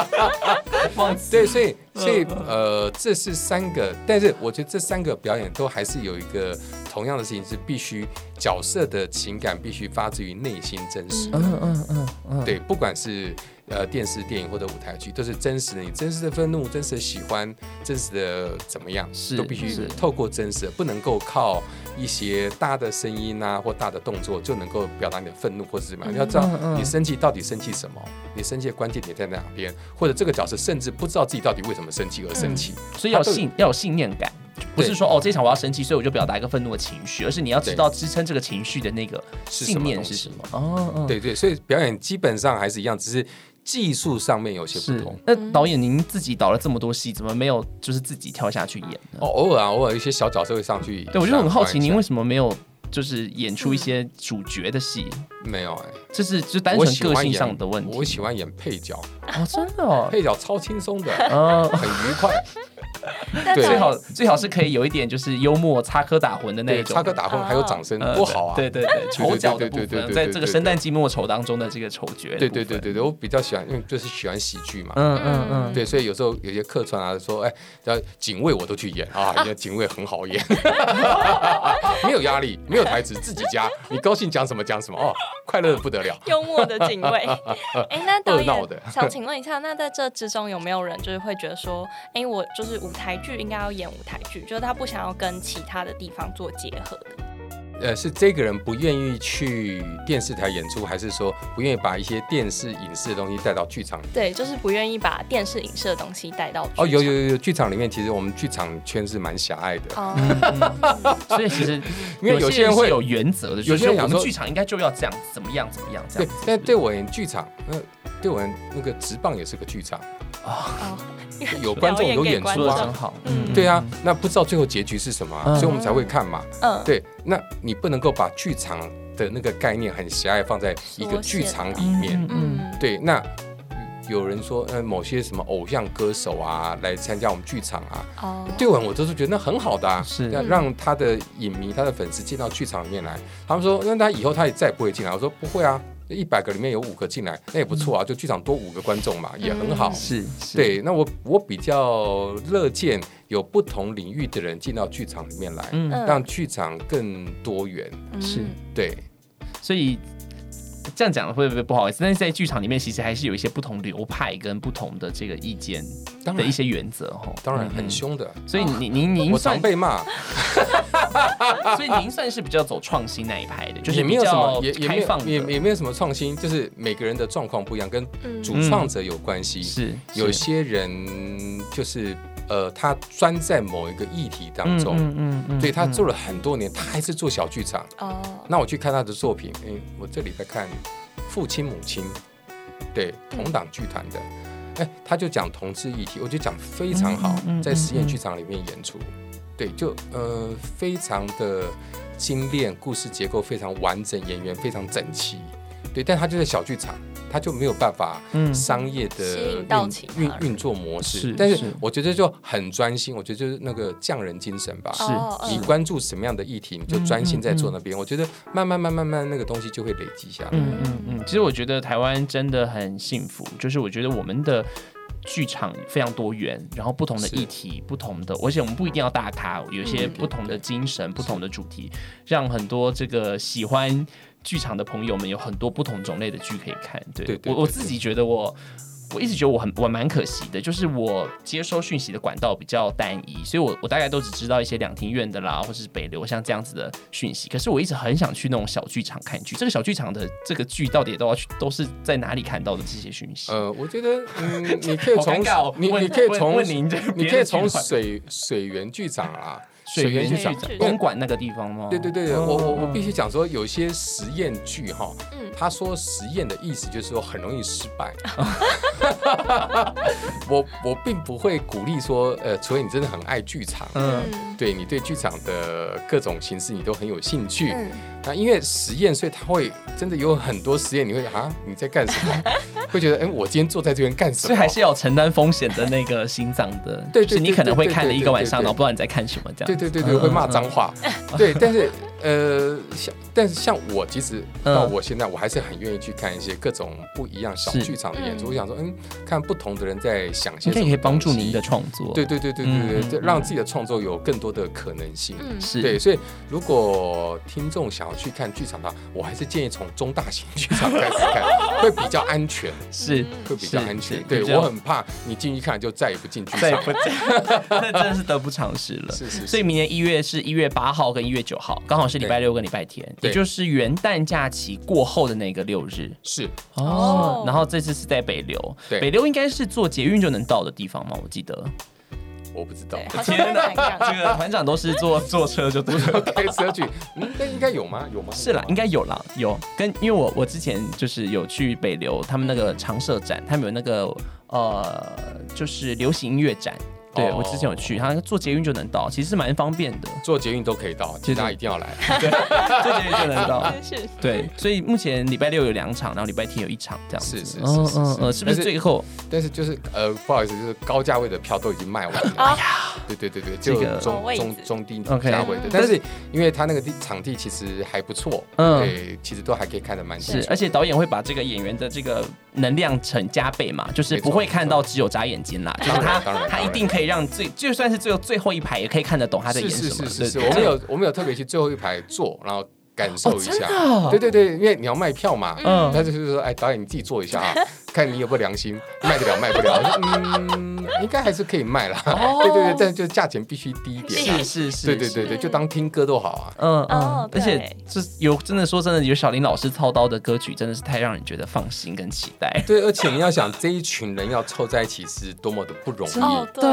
Speaker 3: 忘词。
Speaker 4: 对，所以所以呃，这是三个，但是我觉得这三个表演都还是有一个同样的事情，是必须角色的情感必须发自于内心真实。
Speaker 3: 嗯嗯嗯嗯，
Speaker 4: 对，不管是呃电视、电影或者舞台剧，都是真实的，你真实的愤怒、真实的喜欢、真实的怎么样，
Speaker 3: 是
Speaker 4: 都必须
Speaker 3: 是
Speaker 4: 透过真实的，不能够靠一些大的声音啊或大的动作就能够表达你的愤怒或是什么样。你要知道
Speaker 3: 嗯嗯
Speaker 4: 你生气到底生气什么，你生气的关键点在哪边，或者这个角色甚至不知道自己到底为什么生气而生气。
Speaker 3: 所以要有信要有信念感，不是说哦这场我要生气，所以我就表达一个愤怒的情绪，而是你要知道支撑这个情绪的那个
Speaker 4: 是
Speaker 3: 信念是
Speaker 4: 什
Speaker 3: 什
Speaker 4: 么
Speaker 3: 么。哦，哦，
Speaker 4: 对对，所以表演基本上还是一样，只是技术上面有些不
Speaker 3: 是
Speaker 4: 同。。
Speaker 3: 那导演您自己导了这么多戏，怎么没有就是自己跳下去演呢？
Speaker 4: 哦，偶尔啊，偶尔一些小角色会上去。
Speaker 3: 对，我就很好奇，您为
Speaker 4: 为
Speaker 3: 什么没有就是演出一些主角的戏？
Speaker 4: 没有哎、
Speaker 3: 这是就单
Speaker 4: 我
Speaker 3: 纯
Speaker 4: 喜
Speaker 3: 个
Speaker 4: 欢
Speaker 3: 性
Speaker 4: 演
Speaker 3: 上的问题。
Speaker 4: 我喜欢演配角，
Speaker 3: 哦，真的 哦，
Speaker 4: 配角超轻松的，
Speaker 3: 嗯，
Speaker 4: 很愉快，
Speaker 2: 但
Speaker 4: 对
Speaker 3: 最
Speaker 2: 导
Speaker 3: 好最好是可以有一点就是幽默插科打诨的那
Speaker 4: 对，
Speaker 3: 一种，
Speaker 4: 插科打诨还有掌声，
Speaker 3: 呃
Speaker 4: 多好啊！
Speaker 3: 对对对，丑角的部
Speaker 4: 对对对对
Speaker 3: 分，
Speaker 4: 对
Speaker 3: 在
Speaker 4: 对
Speaker 3: 这个
Speaker 4: 对
Speaker 3: 圣诞寂寞丑当中的这个丑角的部分，
Speaker 4: 对对对对对，我比较喜欢，因为就是喜欢喜剧嘛。
Speaker 3: 嗯 嗯嗯，
Speaker 4: 对，所以有时候有些客串啊，说哎，要警卫我都去演啊，人家警卫很好演， 没有压力，没有台词，自己加，你高兴讲什么讲什么哦，快乐的不得了。
Speaker 2: 幽默的警卫。哎、那导
Speaker 4: 恶闹
Speaker 2: 演
Speaker 4: 的
Speaker 2: 想请问一下，那在这之中有没有人就是会觉得说，哎、我就是舞台剧应该要演舞台剧，就是他不想要跟其他的地方做结合的？
Speaker 4: 呃，是这个人不愿意去电视台演出，还是说不愿意把一些电视影视的东西带到剧场里？
Speaker 2: 对，就是不愿意把电视影视的东西带到剧
Speaker 4: 哦，有
Speaker 2: 场
Speaker 4: 有有有，剧场里面其实我们剧场圈是蛮狭隘的。
Speaker 2: 哦，
Speaker 3: 所以其实
Speaker 4: 因为有些人
Speaker 3: 是
Speaker 4: 会
Speaker 3: 有原则的，
Speaker 4: 有些人
Speaker 3: 就是我
Speaker 4: 想
Speaker 3: 们
Speaker 4: 说
Speaker 3: 剧场应该就要这样，怎么样怎么样这
Speaker 4: 对
Speaker 3: 样子，，
Speaker 4: 但对我而言，剧场，那对我而言那个直棒也是个剧场，
Speaker 2: 哦
Speaker 4: 有观众有演
Speaker 2: 表
Speaker 4: 出
Speaker 3: 说
Speaker 2: 演给观
Speaker 3: 的
Speaker 4: 啊
Speaker 3: 真。好，
Speaker 2: 嗯
Speaker 4: 对啊，那不知道最后结局是什么啊、
Speaker 3: 嗯
Speaker 4: 所以我们才会看嘛。
Speaker 2: 嗯，
Speaker 4: 对，那你不能够把剧场的那个概念很狭隘放在一个剧场里面。
Speaker 3: 嗯，
Speaker 2: 嗯，
Speaker 4: 对，那嗯有人说，呃，某些什么偶像歌手啊，来参加我们剧场啊，
Speaker 2: 哦，
Speaker 4: 对我我都是觉得那很好的啊，
Speaker 3: 是
Speaker 4: 那让他的影迷、他的粉丝进到剧场里面来。他们说，那他以后他也再也不会进来。我说不会啊，一百个里面有五个进来，那也不错啊，就剧场多五个观众嘛，也很好。
Speaker 3: 嗯是是，
Speaker 4: 对，那我我比较乐见有不同领域的人进到剧场里面来，
Speaker 3: 嗯，
Speaker 4: 让剧场更多元。
Speaker 2: 嗯
Speaker 3: 是
Speaker 4: 对，
Speaker 3: 所以。这样讲会不会不好意思？但是在剧场里面，其实还是有一些不同流派跟不同的这个意见
Speaker 4: 当
Speaker 3: 的
Speaker 4: 然
Speaker 3: 一些原则哦。
Speaker 4: 当然
Speaker 3: 嗯
Speaker 4: 很。凶的，
Speaker 3: 嗯所以您您您
Speaker 4: 我
Speaker 3: 算
Speaker 4: 常，被骂，
Speaker 3: 所以您算是比较走创新那一派的，就是
Speaker 4: 也没
Speaker 3: 比
Speaker 4: 有什么
Speaker 3: 较，
Speaker 4: 也也没
Speaker 3: 开放
Speaker 4: 有
Speaker 3: 的，
Speaker 4: 也也没有什么创新，就是每个人的状况不一样，跟
Speaker 2: 嗯
Speaker 4: 主创者有关系。
Speaker 3: 是
Speaker 4: 有
Speaker 3: 是
Speaker 4: 些人就是呃，他专在某一个议题当中，
Speaker 3: 嗯嗯嗯
Speaker 4: 对他
Speaker 3: 嗯
Speaker 4: 做了很多年，他还是做小剧场。
Speaker 2: 哦，
Speaker 4: 那我去看他的作品，诶，我这礼拜看《父亲母亲》，对，
Speaker 3: 嗯
Speaker 4: 同党剧团的，哎、他就讲同志议题，我觉得讲非常好，
Speaker 3: 嗯嗯嗯
Speaker 4: 在实验剧场里面演出，对，就呃非常的精炼，故事结构非常完整，演员非常整齐，对，但他就在小剧场，他就没有办法
Speaker 3: 嗯
Speaker 4: 商业的
Speaker 2: 吸引
Speaker 4: 运
Speaker 2: 到其他
Speaker 4: 运
Speaker 2: 人
Speaker 4: 运作模式，
Speaker 3: 是
Speaker 4: 但是
Speaker 3: 是
Speaker 4: 我觉得就很专心，我觉得就是那个匠人精神吧，
Speaker 3: 是
Speaker 2: 哦
Speaker 4: 你关注什么样的议题，你就专心在做那边。我觉得慢慢、慢慢、慢慢，那个东西就会累积下来。
Speaker 3: 嗯嗯嗯，其实我觉得台湾真的很幸福，就是我觉得我们的。剧场非常多元，然后不同的
Speaker 4: 是
Speaker 3: 议题、不同的，而且我们不一定要大咖，有一些
Speaker 2: 嗯
Speaker 3: 不同的精神、不同的主题，让很多这个喜欢剧场的朋友们有很多不同种类的剧可以看。对
Speaker 4: 对对
Speaker 3: 我我
Speaker 4: 对
Speaker 3: 自己觉得我。我一直觉得我很我蛮可惜的，就是我接收讯息的管道比较单一，所以我我大概都只知道一些两厅院的啦，或是北流像这样子的讯息。可是我一直很想去那种小剧场看剧，这个小剧场的这个剧到底都要去都是在哪里看到的这些讯息？
Speaker 4: 呃，我觉得，嗯， 你可以
Speaker 3: 好尴
Speaker 4: 从
Speaker 3: 尬哦
Speaker 4: 你
Speaker 3: 问
Speaker 4: 你可以
Speaker 3: 问
Speaker 4: 从
Speaker 3: 问您这
Speaker 4: 你
Speaker 3: 别
Speaker 4: 可
Speaker 3: 的
Speaker 4: 以
Speaker 3: 剧
Speaker 4: 从
Speaker 3: 团
Speaker 4: 水水源剧场啊啦，
Speaker 3: 水源剧
Speaker 2: 水
Speaker 3: 场
Speaker 2: 源剧场，
Speaker 3: 公馆那个地方吗？
Speaker 4: 对对对，
Speaker 3: 哦
Speaker 4: 我我我必须讲说，有些实验剧哈
Speaker 2: 嗯，
Speaker 4: 他说实验的意思就是说很容易失败。我我并不会鼓励说，呃，除非你真的很爱剧场，
Speaker 3: 嗯
Speaker 2: 嗯
Speaker 4: 对你对剧场的各种形式你都很有兴趣，
Speaker 2: 嗯
Speaker 4: 那因为实验，所以他会真的有很多实验，你会啊你在干什么？ 会觉得哎、我今天坐在这边干什
Speaker 3: 所以
Speaker 4: 么？
Speaker 3: 还是要承担风险的那个心脏的，
Speaker 4: 对对
Speaker 3: 就是你
Speaker 4: 对
Speaker 3: 可能
Speaker 4: 对
Speaker 3: 会
Speaker 4: 对
Speaker 3: 看了
Speaker 4: 对
Speaker 3: 一个
Speaker 4: 对
Speaker 3: 晚
Speaker 4: 对
Speaker 3: 上，
Speaker 4: 对
Speaker 3: 然后不知道你在看什么这样。嗯
Speaker 4: 对对对对，会骂脏 话。对，但是呃，像但是像我，其实到
Speaker 3: 嗯
Speaker 4: 我现在，我还是很愿意去看一些各种不一样小
Speaker 3: 是
Speaker 4: 剧场的演出。
Speaker 2: 嗯
Speaker 4: 我想说，嗯，看不同的人在想些什
Speaker 3: 应该
Speaker 4: 么，
Speaker 3: 也可以帮助您的。创作。
Speaker 4: 对对对对对
Speaker 3: 嗯
Speaker 4: 对，就让自己的创作有更多的可能性。
Speaker 2: 嗯，
Speaker 3: 是，
Speaker 4: 对，所以如果听众想要去看剧场的话，我还是建议从中大型剧场开始看，会比较安 全，
Speaker 3: 是
Speaker 4: 会比较安
Speaker 3: 是
Speaker 4: 全。对
Speaker 3: 比较
Speaker 4: 我很怕你进去看就再也不进剧
Speaker 3: 再也
Speaker 4: 场。
Speaker 3: 不 见，那真的是得不偿失了。
Speaker 4: 是是是
Speaker 3: 所以明年一月是一月八号跟一月九号，刚好是礼拜六跟礼拜天，
Speaker 4: 对
Speaker 3: 也就是元旦假期过后的那个六日。
Speaker 4: 是，
Speaker 2: 哦
Speaker 3: 然后这次是在北流，
Speaker 4: 对
Speaker 3: 北流应该是坐捷运就能到的地方嘛，我记得。
Speaker 4: 我不知道
Speaker 2: 对，。好像会蛮感
Speaker 3: 这个团长都是坐坐车就对了。
Speaker 4: 开车去，嗯，那应该有吗？有吗？
Speaker 3: 是啦，应该有啦，有跟因为我我之前就是有去北流他们那个常设展，他们有那个呃就是流行音乐展，对、
Speaker 4: 哦
Speaker 3: 我之前有去，他坐捷运就能到，其实是蛮方便 的。
Speaker 4: 做捷运都可以到，其实大家一定要来。
Speaker 3: 这节就能到。
Speaker 2: 真 是
Speaker 3: 对，所以目前礼拜六有两场，然后礼拜天有一场，这样子。
Speaker 4: 是是是
Speaker 3: 嗯
Speaker 4: 是
Speaker 3: 嗯
Speaker 4: 是
Speaker 3: 嗯，是不
Speaker 4: 但
Speaker 3: 是
Speaker 4: 是
Speaker 3: 最后
Speaker 4: 但是就是呃，不好意思，就是高价位的票都已经卖完
Speaker 2: 啊
Speaker 4: 了。对对对对，
Speaker 3: 这
Speaker 4: 就
Speaker 3: 个
Speaker 2: 哦
Speaker 4: 中
Speaker 2: 位置
Speaker 4: 中中低
Speaker 3: OK
Speaker 4: 价位的
Speaker 2: 嗯，
Speaker 4: 但是因为他那个地场地其实还不错，
Speaker 3: 嗯
Speaker 4: 对，其实都还可以看得蛮清
Speaker 3: 是？
Speaker 4: 楚。
Speaker 3: 而且导演会把这个演员的这个能量成加倍嘛，就是
Speaker 4: 没
Speaker 3: 不
Speaker 4: 错
Speaker 3: 会看到只有眨眼睛啦，就是
Speaker 4: 当
Speaker 3: 他
Speaker 4: 然当然
Speaker 3: 他一定可以让最就算是最后最后一排也可以看得懂他在
Speaker 4: 是
Speaker 3: 演什
Speaker 4: 是
Speaker 3: 么。
Speaker 4: 是是是，
Speaker 3: 对
Speaker 4: 我们
Speaker 3: 对对
Speaker 4: 有我们有特别去最后一排坐，然后感受一
Speaker 3: 哦真
Speaker 4: 下
Speaker 3: 的哦。
Speaker 4: 对对对，因为你要卖票嘛，
Speaker 3: 嗯
Speaker 4: 他就是说，哎，导演你自己坐一下啊，看你有没有良心，卖得了卖不了。我说嗯，应该还是可以卖啦。 对对对，但是就是价钱必须低一点。
Speaker 3: 哦是是是，
Speaker 4: 对对对
Speaker 3: 是。
Speaker 4: 对，就当听歌都好啊。
Speaker 3: 嗯嗯
Speaker 2: 哦，
Speaker 3: 而
Speaker 2: 对
Speaker 3: 且这有真的说真的，有小林老师操刀的歌曲，真的是太让人觉得放心跟期待。
Speaker 4: 对，而且你要想这一群人要凑在一起是多么的不容易，
Speaker 2: 哦，对，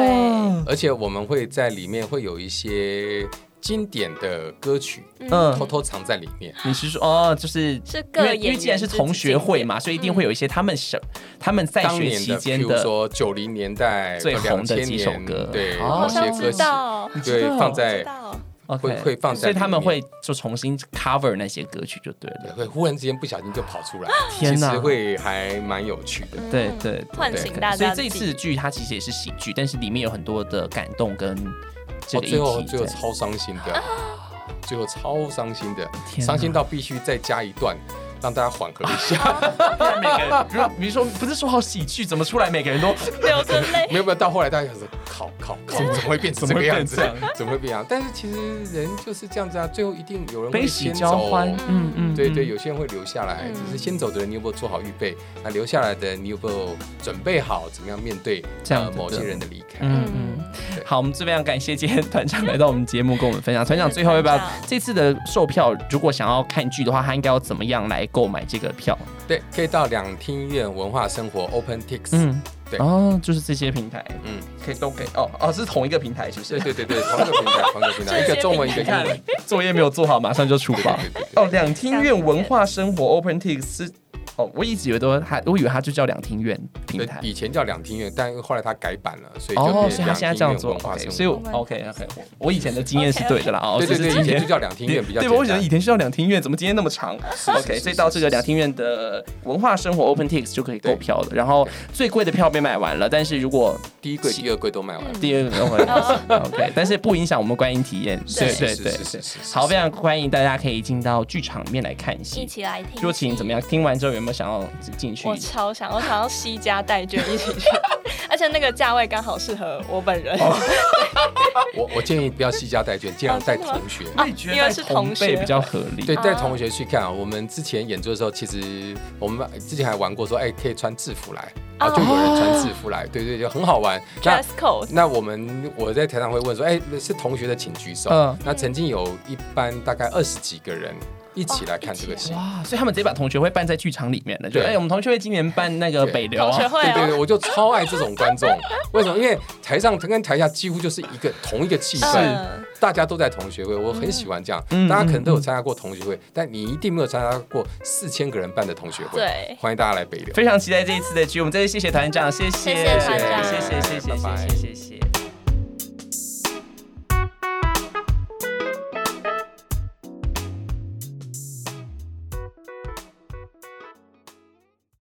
Speaker 4: 而且我们会在里面会有一些经典的歌曲
Speaker 3: 嗯
Speaker 4: 偷偷藏在里面。
Speaker 3: 你是说哦，就是
Speaker 2: 是
Speaker 3: 因
Speaker 2: 各
Speaker 3: 为
Speaker 2: 演
Speaker 3: 因为既然是
Speaker 2: 员之
Speaker 3: 同学会嘛，
Speaker 2: 间
Speaker 3: 所以一定会有一些他们什他们在
Speaker 4: 当
Speaker 3: 学
Speaker 4: 年
Speaker 3: 期
Speaker 4: 的，比
Speaker 3: 间
Speaker 4: 如
Speaker 3: 的，
Speaker 4: 说九零年代、
Speaker 3: 最红的
Speaker 4: 2000
Speaker 3: 几首
Speaker 4: 年
Speaker 3: 歌
Speaker 4: 对，
Speaker 3: 哦
Speaker 2: 好
Speaker 4: 某些
Speaker 2: 像
Speaker 4: 歌
Speaker 2: 知
Speaker 4: 曲，
Speaker 2: 道，
Speaker 4: 对，放
Speaker 2: 知
Speaker 4: 在
Speaker 2: 道，
Speaker 4: 会
Speaker 3: OK
Speaker 4: 会放在
Speaker 3: 所以他们
Speaker 4: 里面
Speaker 3: 会就重新 cover 那些歌曲就对了。
Speaker 4: 会忽然之间不小心就跑出 来，
Speaker 3: 天
Speaker 4: 其
Speaker 3: 哪
Speaker 4: 实会还蛮有趣的。
Speaker 3: 对
Speaker 2: 嗯
Speaker 3: 对对
Speaker 2: 唤醒大
Speaker 3: 所以
Speaker 2: 家的
Speaker 3: 这一
Speaker 2: 记忆。
Speaker 3: 次剧它其实也是喜剧，但是里面有很多的感动跟这
Speaker 4: 哦，
Speaker 3: 个议
Speaker 4: 最后
Speaker 3: 题
Speaker 4: 最后
Speaker 3: 在。
Speaker 4: 超伤心的，最后超伤心的，
Speaker 3: 天哪
Speaker 4: 伤心到必须再加一段，让大家缓和一下。
Speaker 3: 不然每个人，比如比如说不是说好喜剧，怎么出来每个人都
Speaker 2: 流着泪
Speaker 4: 没。有没有，到后来大家想说，靠靠靠，怎么会变成
Speaker 3: 怎
Speaker 4: 这个
Speaker 3: 么会
Speaker 4: 样子
Speaker 3: 变这样？
Speaker 4: 怎么会变这样？但是其实人就是这样子啊，最后一定有人
Speaker 3: 悲
Speaker 4: 会
Speaker 3: 喜
Speaker 4: 先
Speaker 3: 交
Speaker 4: 走。
Speaker 3: 欢？嗯嗯，
Speaker 4: 对对，
Speaker 3: 嗯
Speaker 4: 有些人会留下来，
Speaker 2: 嗯
Speaker 4: 就是先走的人，你有没有做好预备？那留下来的人，你有没有准备好怎么样面对
Speaker 3: 这样
Speaker 4: 呃
Speaker 3: 子的
Speaker 4: 某些人的离开？
Speaker 3: 嗯嗯
Speaker 2: 嗯。
Speaker 3: 好，我们这边要感谢今天团长来到我们节目，跟我们分享。团长最后要不要
Speaker 2: 团长
Speaker 3: 这次的售票？如果想要看剧的话，他应该要怎么样来购买这个票？
Speaker 4: 对，可以到两厅院文化生活 OpenTix，
Speaker 3: 嗯，
Speaker 4: 对
Speaker 3: 哦，就是这些平台，
Speaker 4: 嗯，
Speaker 3: 可以都可以。哦哦，是同一个平台，是不
Speaker 4: 对
Speaker 3: 是？
Speaker 4: 对对对，同一个平台，同一个平 台，
Speaker 2: 这
Speaker 4: 一
Speaker 2: 些
Speaker 4: 个中文，一个
Speaker 2: 平
Speaker 4: 英
Speaker 2: 台
Speaker 4: 文。
Speaker 3: 作业没有做好，马上就出发
Speaker 4: 对对对对。
Speaker 3: 哦，两厅院文化生活 OpenTix 是哦，我一直以为都它，我以为它就叫两厅院平
Speaker 4: 对
Speaker 3: 台，。
Speaker 4: 以前叫两厅院，但后来它改版了，所以就
Speaker 3: 哦，
Speaker 4: 变
Speaker 3: 所以
Speaker 4: 成
Speaker 3: 他
Speaker 4: 两
Speaker 3: 现在
Speaker 4: 厅
Speaker 3: 这样
Speaker 4: 院
Speaker 3: 做
Speaker 4: 文化
Speaker 3: ，OK，
Speaker 4: 生
Speaker 3: 所以
Speaker 4: 活。
Speaker 3: 我 OK OK，我以前的经验是对的啦，哦，
Speaker 4: 对对
Speaker 3: 只是
Speaker 4: 对，
Speaker 3: 今
Speaker 4: 以前
Speaker 3: 天
Speaker 4: 就叫两厅院，比较
Speaker 3: 对，我
Speaker 4: 简
Speaker 3: 觉得
Speaker 4: 单
Speaker 3: 以。前是要两厅院，怎么今天那么长？OK，
Speaker 4: 是
Speaker 3: 所
Speaker 4: 是
Speaker 3: 以到
Speaker 4: 是
Speaker 3: 这个
Speaker 4: 是
Speaker 3: 两厅院的文化生活 OpenTix 就可以购
Speaker 4: 对
Speaker 3: 票了。然后最贵的票被买完了，但是如果
Speaker 4: 第一柜、第二柜都卖完 了。
Speaker 3: 第 二个哦 OK，但是不影响我们观影体验。对
Speaker 4: 是
Speaker 3: 对
Speaker 4: 是
Speaker 3: 对
Speaker 4: 是
Speaker 3: 对
Speaker 4: 是是，是
Speaker 3: 好，非常欢迎大家可以进到剧场里面来看
Speaker 2: 一
Speaker 3: 戏。
Speaker 2: 起来听。
Speaker 3: 就请怎么样？听完之后有没有想要进去
Speaker 2: 我？超想，我想要西家带卷一起 去，而且那个价位刚好适合我本人，
Speaker 3: 哦
Speaker 4: 我我建议不要惜家带卷，尽量带同学。
Speaker 3: 我也觉得
Speaker 2: 啊因为
Speaker 3: 带
Speaker 2: 是
Speaker 3: 同
Speaker 2: 同
Speaker 3: 辈
Speaker 2: 学
Speaker 3: 比较合理。
Speaker 4: 对，带同学去看。我们之前演出的时候，其实我们之前还玩过说，哎，可以穿制服来，啊，就有人穿制服来，对对，就很好玩。那
Speaker 2: dress code
Speaker 4: 那我们我在台上会问说，哎，是同学的请举手
Speaker 3: 嗯。
Speaker 4: 那曾经有一班大概二十几个人一起来看这个戏，
Speaker 3: 哇，所以他们直接把同学会办在剧场里面了。就
Speaker 4: 对
Speaker 3: 哎，我们同学会今年办那个
Speaker 4: 对
Speaker 3: 北流
Speaker 2: 同学
Speaker 3: 啊，
Speaker 2: 会
Speaker 4: 对对
Speaker 2: 哦
Speaker 4: 对，，我就超爱这种观众。为什么？因为台上跟台下几乎就是一个同一个气氛，
Speaker 2: 嗯
Speaker 4: 大家都在同学会，我很喜欢这样。
Speaker 3: 嗯
Speaker 4: 大家可能都有参加过同学会，但你一定没有参加过四千个人办的同学会。
Speaker 2: 对
Speaker 4: 欢迎大家来北流。
Speaker 3: 非常期待这一次的剧。我们再次谢谢团长，谢谢，
Speaker 2: 谢谢团
Speaker 4: 长
Speaker 3: 谢谢，谢谢，谢谢，谢谢。